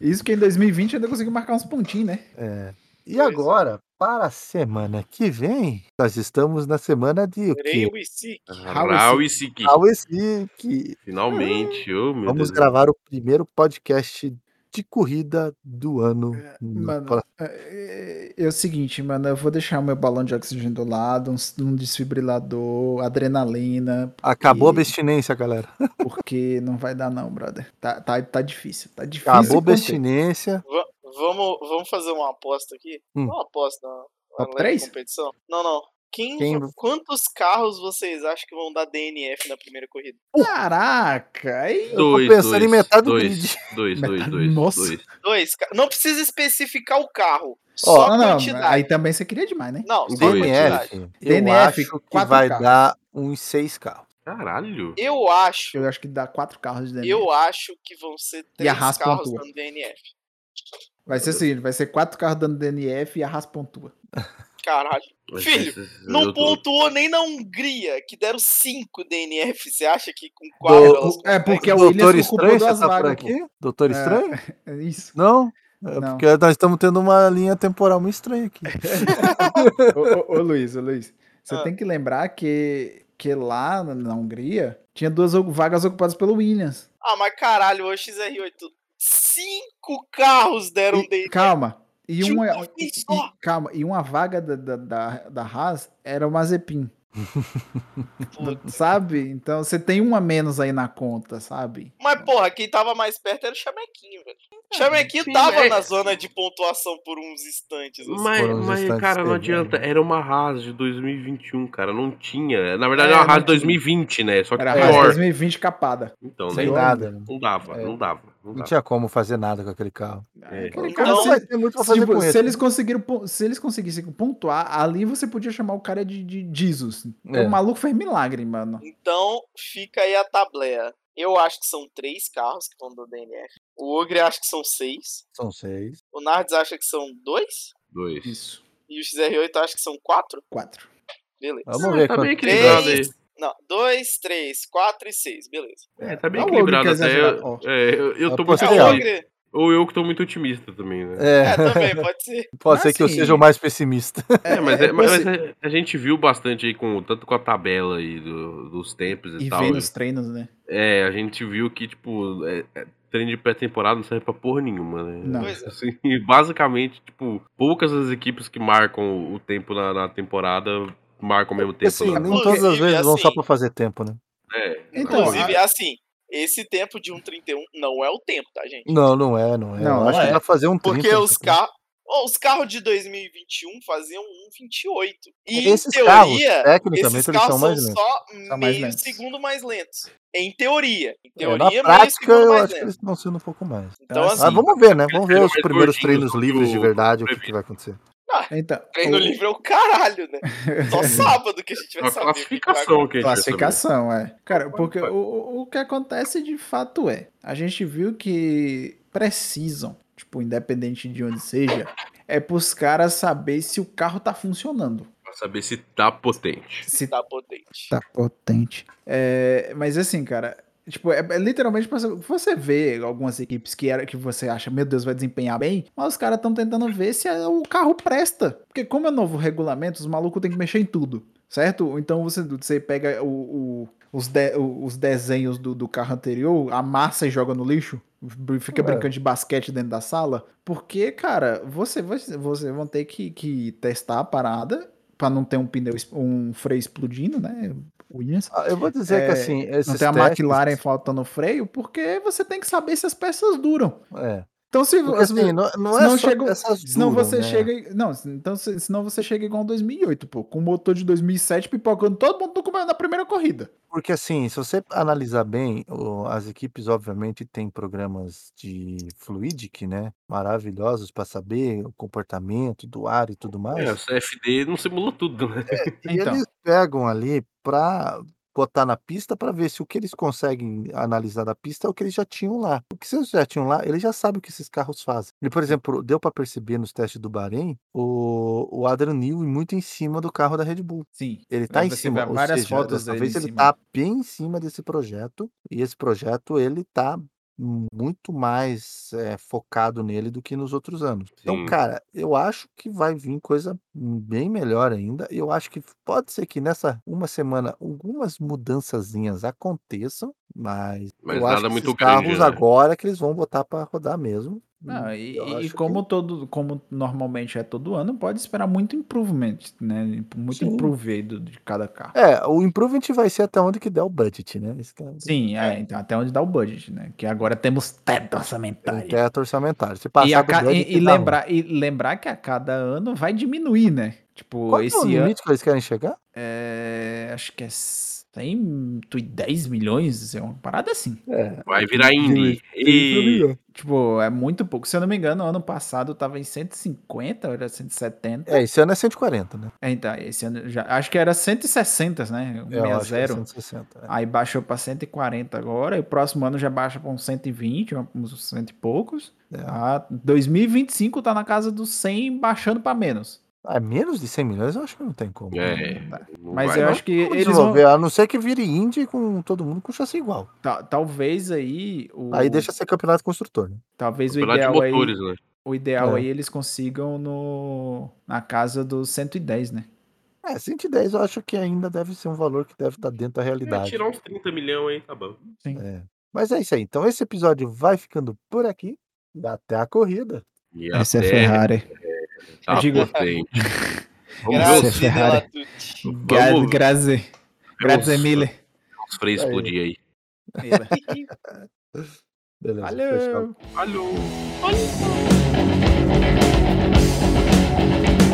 Isso que em 2020 ainda conseguiu marcar uns pontinhos, né?
É. E
Pois é.
agora, para a semana que vem, nós estamos na semana de o
Ray
quê?
Wisik.
Raul e Siki.
Ao esse assim que
Finalmente, ô meu
vamos
Deus.
gravar o primeiro podcast de corrida do ano. no
Mano,
pro-
é, é, é o seguinte, mano, eu vou deixar o meu balão de oxigênio do lado, um, um desfibrilador, adrenalina,
Acabou a
e-
abstinência, galera.
porque não vai dar não, brother. Tá, tá, tá difícil, tá difícil.
Acabou a
conter.
abstinência.
Va- Vamos, vamos fazer uma aposta aqui?
Hum.
Não Uma aposta, não. Uma
Top
leve
três?
competição? Não, não. Quem,
Quem-
Quantos carros vocês acham que vão dar DNF na primeira corrida?
Caraca, é aí...
Dois,
pensando em
dois,
metade do
dois,
grid.
dois, dois,
Metade-
dois,
Nossa.
dois.
Dois. ca- Não precisa especificar o carro. Só
não,
a
não,
quantidade.
aí também você queria demais, né?
Não, só a
Dois,
quantidade.
DNF, eu
DNF,
acho que
quatro
vai
carros.
dar uns seis carros.
Caralho.
Eu acho,
Eu acho que dá quatro carros de DNF.
eu acho que vão ser três
Haas
carros
pontua.
dando DNF.
Vai ser o seguinte, vai ser quatro carros dando DNF e a Haas pontua.
Caralho. Filho, Não
Eu tô-
pontuou nem na Hungria, que deram cinco DNF. Você acha que com quatro
Do-
elas...
É, porque a
Doutor
Williams ocupou
Estranho,
duas
você tá por
vagas, pô.
aqui? Doutor
É.
Estranho?
É isso.
Não? É
Não.
porque nós estamos tendo uma linha temporal muito estranha aqui.
Então,
ô, ô, ô, Luiz, ô, Luiz, você
Ah.
tem que lembrar que, que lá na- na Hungria tinha duas o- vagas ocupadas pelo Williams.
Ah, mas caralho, o XR8. Cinco carros deram
E-
DNF.
calma. E
um Tinha
uma,
um
e- e-
só.
calma, e uma vaga da, da, da, da Haas era o Mazepin,
Puta.
sabe? Então você tem uma menos aí na conta, sabe?
Mas, porra, quem tava mais perto era o Chamequinho, velho. Chamequinho
sim,
tava
é-
na zona de pontuação por uns instantes. assim.
Mas,
foram os
mas,
instantes
cara, não
teve, né?
adianta. Era uma Haas de 2021, cara. Não tinha. Na verdade,
É,
era uma
não
Haas
tinha.
2020, né? Só que
Era a Haas
pior.
2020 capada.
Então,
Sem
né?
nada. né?
Não dava,
É.
não dava. Não
Não
dava.
tinha como fazer nada com aquele carro.
É.
Aquele
Então,
cara,
Não
se-
vai ter muito pra fazer
se,
com
Tipo, se
isso.
eles conseguiram, pon- se eles conseguissem pontuar, ali você podia chamar o cara de, de Jesus.
É.
O maluco fez milagre, mano.
Então, fica aí a tableia. Eu acho que são três carros que estão do DNF. O Ogre acha que são seis.
né? São seis.
O Nardes acha que são dois.
Dois.
Isso.
E o XR8 acha que são quatro.
Quatro.
Beleza.
Vamos
Ah,
ver
tá
quanto- é
bem equilibrado aí.
Três. Não, dois, três, quatro e seis. Beleza.
É, tá bem
Não, o
equilibrado
Lucas
até.
exagerado, ó.
É, eu, eu tô muito
Apostei
É, o
alto.
otimista.
Ogre.
Ou eu que tô muito otimista também, né?
É,
É,
também, pode ser.
pode
mas
ser que eu
assim-
seja o mais pessimista.
É, mas, é-
é
mas
possi-
é- a gente viu bastante aí, com, tanto com a tabela aí do- dos tempos e,
E
é tal.
vem nos treinos, né?
É, a gente viu que, tipo, é, é, treino de pré-temporada não serve pra porra nenhuma, né?
Não.
Pois é.
Assim, e basicamente, tipo, poucas das equipes que marcam o tempo na, na temporada marcam o mesmo tempo. né?
Assim,
na...
nem todas as
Inclusive,
vezes vão só
assim-
pra fazer tempo, né?
É,
Então,
Inclusive, assim, esse tempo de 1,31 não é o tempo, tá, gente?
Não, não é, não é.
Não,
eu acho
não
que
é.
dá pra fazer um 30.
Porque os
carros.
carros. os carros de 2021 faziam 1,28. E
Esses
em teoria,
carros, tecnicamente,
esses
eles
carros
são
são,
mais lentos.
só
São mais
meio
lentos.
segundo mais lentos. Em teoria. Em
É,
teoria,
na
meio
prática,
segundo
eu
mais
acho que
lento.
eles estão sendo um pouco mais.
Então,
Ah,
assim,
Mas vamos ver, né?
eles
Vamos
são
ver os
mais
primeiros
gordinhos
treinos
do que
livres de
o
verdade, o que, que vai acontecer.
Então,
treino
o-
livre é o caralho, né? Só sábado que a gente vai
a
saber. o que que vai
classificação que a gente vai saber.
classificação, é. Cara, porque o- o, o que acontece de fato é, a gente viu que precisam, tipo, independente de onde seja, é pros caras saber se o carro tá funcionando.
Pra saber se tá potente.
acontecer,
Se
Tá potente.
Tá potente. É, mas assim, cara, tipo, é, é literalmente pra você- você vê algumas equipes que era que você acha, meu Deus, vai desempenhar bem, mas os caras estão tentando ver se é- o carro presta. Porque como é novo regulamento, os malucos têm que mexer em tudo, certo? Ou Então você, você pega o, o, os, de- o- os desenhos do, do carro anterior, amassa e joga no lixo, br- fica
É.
brincando de basquete dentro da sala. Porque, cara, você, você, você vão ter que, que testar a parada pra não ter um pneu, es- um freio explodindo, né? Williams.
Ah, Eu vou dizer
É,
que assim, esses
Não ter a
testes- é,
McLaren faltando freio, porque você tem que saber se as peças duram.
É.
Então, se,
Porque,
se-
assim, não, não é
senão
só
chega-
essas
Senão
duram,
você
né?
chega. e- Não, se- então, se- senão você chega igual um em 2008, pô. Com o motor de 2007 pipocando todo mundo no come- na primeira corrida.
Porque assim, se você analisar bem, o- as equipes obviamente têm programas de fluidic, né? Maravilhosos para saber o comportamento do ar e tudo mais.
É, o CFD não simulou tudo, né?
E
Então.
eles pegam ali para botar na pista para ver se o que eles conseguem analisar da pista é o que eles já tinham lá. O que eles já tinham lá, eles já sabem o que esses carros fazem. E, por exemplo, deu para perceber nos testes do Bahrein o, o Adrian Newey muito em cima do carro da Red Bull.
Sim.
Ele tá
Aí
em
você
cima,
vê
ou
várias
seja,
fotos
dessa
dele
vez
em
ele
cima.
tá bem em cima desse projeto e esse projeto ele tá muito mais é, focado nele do que nos outros anos. Então,
Sim.
cara, eu acho que vai vir coisa bem melhor ainda. Eu acho que pode ser que nessa uma semana algumas mudançazinhas aconteçam, mas,
Mas
eu acho
nada
que
muito
esses
grande,
carros
né?
agora que eles vão botar para rodar mesmo.
Não, é e,
Eu
e- e
acho que-
como todo, como normalmente é todo ano, pode esperar muito improvement, né? Muito
Sim.
improve do- de cada carro.
É, o improvement vai ser até onde que der o budget, né? Esse cara-
Sim, é, então até onde dá o budget, né? Que agora temos teto
Tem
orçamentário.
teto orçamentário. Se
E,
passar
a
do tá
ca-
budget,
e- e
dá ruim.
lembrar, e lembrar que a cada ano vai diminuir, né?
Qual
Tipo,
que é o
esse ano.
limite que eles querem chegar?
É, acho que é 110 milhões, é uma parada assim.
É.
Vai virar Indy. E...
Tipo, é muito pouco. Se eu não me engano, ano passado tava em 150, ou era 170.
É, esse ano é 140, né?
É, então, esse ano já. Acho que era 160, né?
Eu acho que é
160.
160. é.
Aí baixou pra 140 agora. E o próximo ano já baixa pra uns 120, uns cento e poucos.
É.
Ah, 2025 tá na casa dos 100, baixando pra menos.
Ah, menos de 100 milhões eu acho que não tem como.
É, não
um Tá. Mas
vai,
eu
não.
acho que eles vão.
Desenvolver, a não ser que vire Indy com todo mundo com chassi igual.
ta- talvez aí. O,
Aí deixa ser campeonato construtor, né?
Talvez o
Campeonato de
ideal aí.
motores, né?
O ideal
É.
aí eles consigam no na casa dos 110, né?
É, 110 eu acho que ainda deve ser um valor que deve estar dentro da
É,
realidade.
tirar uns 30 milhões aí, tá bom.
É. Mas é isso aí. Então esse episódio vai ficando por aqui. Até a corrida.
E
Essa é
até
Ferrari.
Tá
Eu digo-
potente. Vamos ver
Graças
os-
a Ferrari.
tutti.
Gra-
Vamos.
Grazie. Grazie
Nossa.
mille.
os freios
Aí.
explodir aí.
Beleza.
Valeu.
fechado.
Alô!